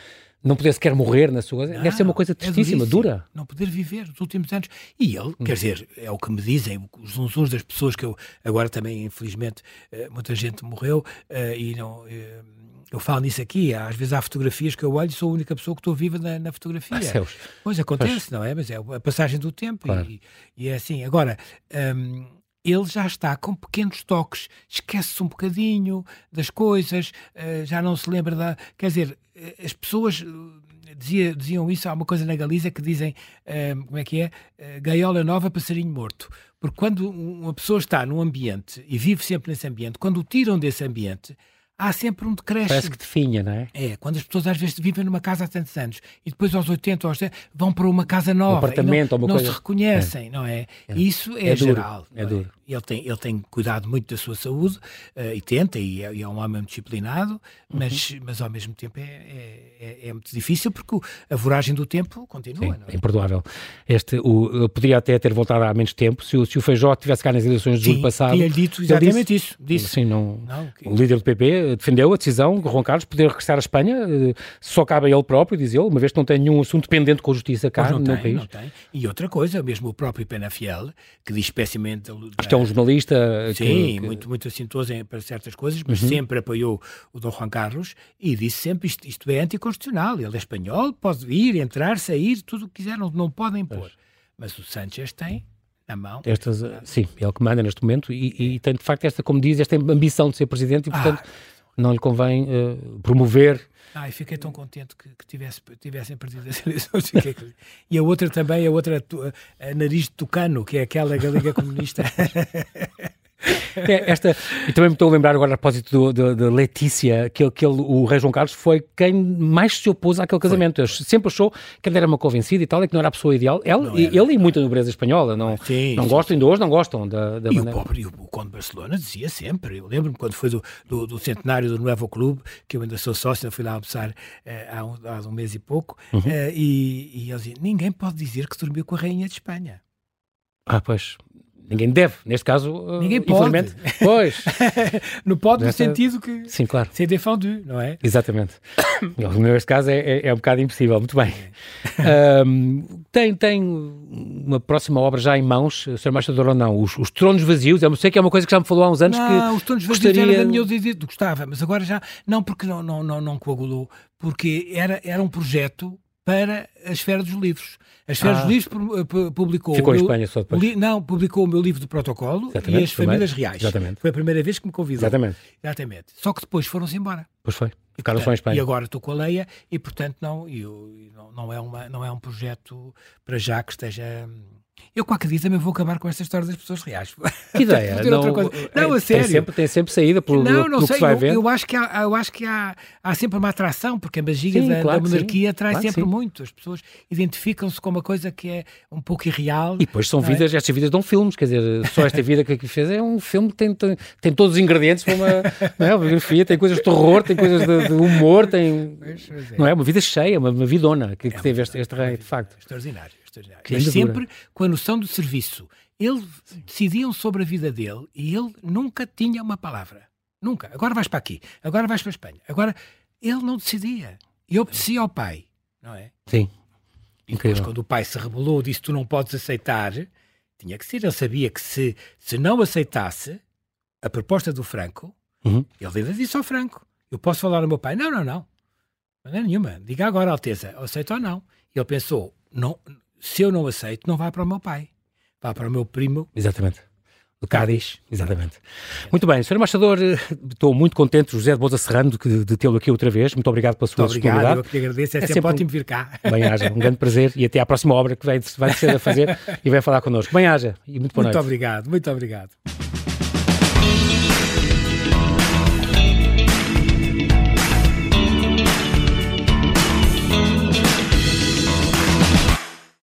[SPEAKER 1] não poder sequer morrer na sua. deve ser uma
[SPEAKER 2] Não,
[SPEAKER 1] coisa
[SPEAKER 2] é
[SPEAKER 1] tristíssima,
[SPEAKER 2] duríssimo
[SPEAKER 1] dura. Hum.
[SPEAKER 2] Não poder viver os últimos anos. E ele, quer dizer, é o que me dizem, os uns das pessoas que eu agora também, infelizmente, eh, muita gente morreu eh, e não. eh, eu falo nisso aqui, às vezes há fotografias que eu olho e sou a única pessoa que estou viva na, na fotografia.
[SPEAKER 1] Ah, céus.
[SPEAKER 2] é? Pois acontece, não é? Mas é a passagem do tempo
[SPEAKER 1] Claro.
[SPEAKER 2] e, e é assim. Agora, hum, ele já está com pequenos toques, esquece-se um bocadinho das coisas, eh, já não se lembra da. Quer dizer, eh, as pessoas eh, dizia- diziam isso, há uma coisa na Galiza que dizem, eh, como é que é? Eh, Gaiola nova, passarinho morto. Porque quando um- uma pessoa está num ambiente e vive sempre nesse ambiente, quando o tiram desse ambiente, há sempre um
[SPEAKER 1] Parece
[SPEAKER 2] decréscimo.
[SPEAKER 1] que definha, não é?
[SPEAKER 2] É, quando as pessoas às vezes vivem numa casa há tantos anos e depois aos 80 aos 70 vão para uma casa nova. e
[SPEAKER 1] Um apartamento
[SPEAKER 2] não,
[SPEAKER 1] ou uma
[SPEAKER 2] não
[SPEAKER 1] coisa-
[SPEAKER 2] se reconhecem, não é? Isso é,
[SPEAKER 1] É duro,
[SPEAKER 2] geral.
[SPEAKER 1] é
[SPEAKER 2] não
[SPEAKER 1] duro.
[SPEAKER 2] Ele, tem, ele tem cuidado muito da sua saúde eh, e tenta, e é, e é um homem disciplinado,
[SPEAKER 1] Uhum.
[SPEAKER 2] mas, mas ao mesmo tempo é, é- é- é muito difícil porque o- a voragem do tempo continua, não
[SPEAKER 1] É
[SPEAKER 2] é?
[SPEAKER 1] imperdoável. Este, o, ele podia até ter voltado há menos tempo se o, se o Feijó tivesse cá nas eleições do ano passado.
[SPEAKER 2] tinha-lhe dito
[SPEAKER 1] ele assim,
[SPEAKER 2] exatamente
[SPEAKER 1] disse-
[SPEAKER 2] isso. Disse.
[SPEAKER 1] Sim, não,
[SPEAKER 2] Não, que-
[SPEAKER 1] O líder do PP defendeu a decisão, Ron Carlos, poder regressar à Espanha, eh, só cabe a ele próprio, diz ele, uma vez que não tem nenhum assunto pendente com a justiça cá
[SPEAKER 2] Pois não
[SPEAKER 1] no
[SPEAKER 2] tem,
[SPEAKER 1] país.
[SPEAKER 2] não tem. E outra coisa, mesmo o próprio Penafiel, que diz pessimamente da, da,
[SPEAKER 1] Isto é um jornalista que-
[SPEAKER 2] Sim,
[SPEAKER 1] que-
[SPEAKER 2] muito, muito assintoso em- para certas coisas, mas sempre apoiou o Dom Juan Carlos e disse sempre isto, isto é anticonstitucional, ele é espanhol, pode ir, entrar, sair, tudo o que quiser, não, não podem pôr. Mas o Sanchez tem na mão.
[SPEAKER 1] estas, eh, sim, é ele que manda neste momento e, e tem de facto esta, como diz, esta ambição de ser presidente e
[SPEAKER 2] Ah.
[SPEAKER 1] portanto não lhe convém eh, promover
[SPEAKER 2] Ai, Ah, fiquei tão contente que, que tivesse, tivessem perdido as eleições. Fiquei com- e a outra também, a outra, tu- a, a nariz de tucano, que é aquela galega comunista.
[SPEAKER 1] É, esta, e também me estou a lembrar agora a propósito do- do- da Letícia, que, ele- que ele- o Rei João Carlos foi quem mais se opôs àquele casamento. Ele sempre achou que ele era uma convencida e tal, e que não era a pessoa ideal. Ele, e- ele e muita nobreza espanhola não,
[SPEAKER 2] Sim,
[SPEAKER 1] não
[SPEAKER 2] sim.
[SPEAKER 1] gostam, ainda hoje não é? gostam da, da
[SPEAKER 2] E o
[SPEAKER 1] maneira.
[SPEAKER 2] pobre, e o, o Conde de Barcelona dizia sempre. Eu lembro-me quando foi do, do, do centenário do Novo Clube, que eu ainda sou sócio, eu fui lá almoçar eh, há, um, há um mês e pouco,
[SPEAKER 1] Uhum.
[SPEAKER 2] eh, e, e ele dizia: ninguém pode dizer que dormiu com a Rainha de Espanha.
[SPEAKER 1] Ah, pois. Ninguém deve, neste caso, eh,
[SPEAKER 2] Ninguém pode.
[SPEAKER 1] infelizmente. Pois,
[SPEAKER 2] Não pode
[SPEAKER 1] Nessa-
[SPEAKER 2] no sentido que.
[SPEAKER 1] sim, claro.
[SPEAKER 2] C'est défendu, não é?
[SPEAKER 1] Exatamente. Neste caso é, é, é um bocado impossível. Muito bem.
[SPEAKER 2] É.
[SPEAKER 1] Ahm, tem, tem uma próxima obra já em mãos, Sr. Machador ou não? Os, os Tronos Vazios. Eu sei que é uma coisa que já me falou há uns anos
[SPEAKER 2] não,
[SPEAKER 1] que.
[SPEAKER 2] os tons vazios
[SPEAKER 1] gostaria-
[SPEAKER 2] era da minha ideia, gostava, mas agora já. Não, porque não, não, não, não coagulou, porque era, era um projeto para a esfera dos livros. A esfera
[SPEAKER 1] Ah.
[SPEAKER 2] dos livros pu- pu- publicou.
[SPEAKER 1] Ficou
[SPEAKER 2] o
[SPEAKER 1] em
[SPEAKER 2] meu-
[SPEAKER 1] Espanha só depois.
[SPEAKER 2] Li- não, publicou o meu livro de protocolo
[SPEAKER 1] Exatamente,
[SPEAKER 2] e as
[SPEAKER 1] primeiro.
[SPEAKER 2] famílias reais.
[SPEAKER 1] Exatamente.
[SPEAKER 2] Foi a primeira vez que me convidou.
[SPEAKER 1] Exatamente.
[SPEAKER 2] Exatamente. Só que depois foram-se embora.
[SPEAKER 1] Pois foi.
[SPEAKER 2] E,
[SPEAKER 1] Ficaram só em
[SPEAKER 2] portanto, E
[SPEAKER 1] Espanha.
[SPEAKER 2] agora estou com a Leia e, portanto, não, e eu- e não, não é uma, não é um projeto para já que esteja... hum, Eu qualquer dia também vou acabar com esta história das pessoas reais.
[SPEAKER 1] Que ideia?
[SPEAKER 2] Fazer outra coisa. Não,
[SPEAKER 1] é,
[SPEAKER 2] a sério.
[SPEAKER 1] Tem sempre, tem sempre saída pelo,
[SPEAKER 2] Não,
[SPEAKER 1] pelo
[SPEAKER 2] não sei,
[SPEAKER 1] que se vai
[SPEAKER 2] eu,
[SPEAKER 1] ver.
[SPEAKER 2] eu acho que, há, eu acho que há, há sempre uma atração, porque a magia
[SPEAKER 1] Sim,
[SPEAKER 2] da, da
[SPEAKER 1] claro que sim.
[SPEAKER 2] monarquia atrai
[SPEAKER 1] Claro que sim.
[SPEAKER 2] sempre muito. As pessoas identificam-se com uma coisa que é um pouco irreal.
[SPEAKER 1] E depois são
[SPEAKER 2] não é?
[SPEAKER 1] vidas, estas vidas dão filmes, quer dizer, só esta vida que aqui fez é um filme que tem, tem, tem todos os ingredientes para uma, não é? Uma biografia, tem coisas de terror, tem coisas de, de humor, tem.
[SPEAKER 2] pois é.
[SPEAKER 1] Não é? Uma vida cheia, uma, uma vidona que, que teve este, este rei, de facto.
[SPEAKER 2] Extraordinário, extraordinário.
[SPEAKER 1] Que
[SPEAKER 2] Mas
[SPEAKER 1] ainda
[SPEAKER 2] sempre com a noção do serviço. Ele decidiam sobre a vida dele e ele nunca tinha uma palavra. Nunca. Agora vais para aqui, agora vais para a Espanha. Agora, ele não decidia. E obedecia ao pai, não é?
[SPEAKER 1] Sim.
[SPEAKER 2] E depois,
[SPEAKER 1] Incrível.
[SPEAKER 2] quando o pai se rebelou, disse tu não podes aceitar, tinha que ser. Ele sabia que se, se não aceitasse a proposta do Franco,
[SPEAKER 1] Uhum.
[SPEAKER 2] ele ainda disse ao Franco: Eu posso falar ao meu pai? Não, não, não. De maneira nenhuma. Diga agora, Alteza, aceito ou não. E ele pensou: não, Se eu não aceito, não vai para o meu pai. Vai para o meu primo.
[SPEAKER 1] Exatamente. Do Cádiz, exatamente. Muito bem, Sr. Embaixador, eh, estou muito contente, José de Bolsa Serrano, de, que- de tê-lo aqui outra vez. Muito obrigado pela sua
[SPEAKER 2] Muito obrigado, eu
[SPEAKER 1] disponibilidade.
[SPEAKER 2] que lhe agradeço. É,
[SPEAKER 1] É
[SPEAKER 2] sempre,
[SPEAKER 1] sempre um-
[SPEAKER 2] ótimo vir cá.
[SPEAKER 1] Bem-haja, um grande prazer e até à próxima obra que vai, vai ser a fazer e vai falar connosco. Bem-haja e muito boa
[SPEAKER 2] Muito
[SPEAKER 1] noite.
[SPEAKER 2] obrigado, muito obrigado.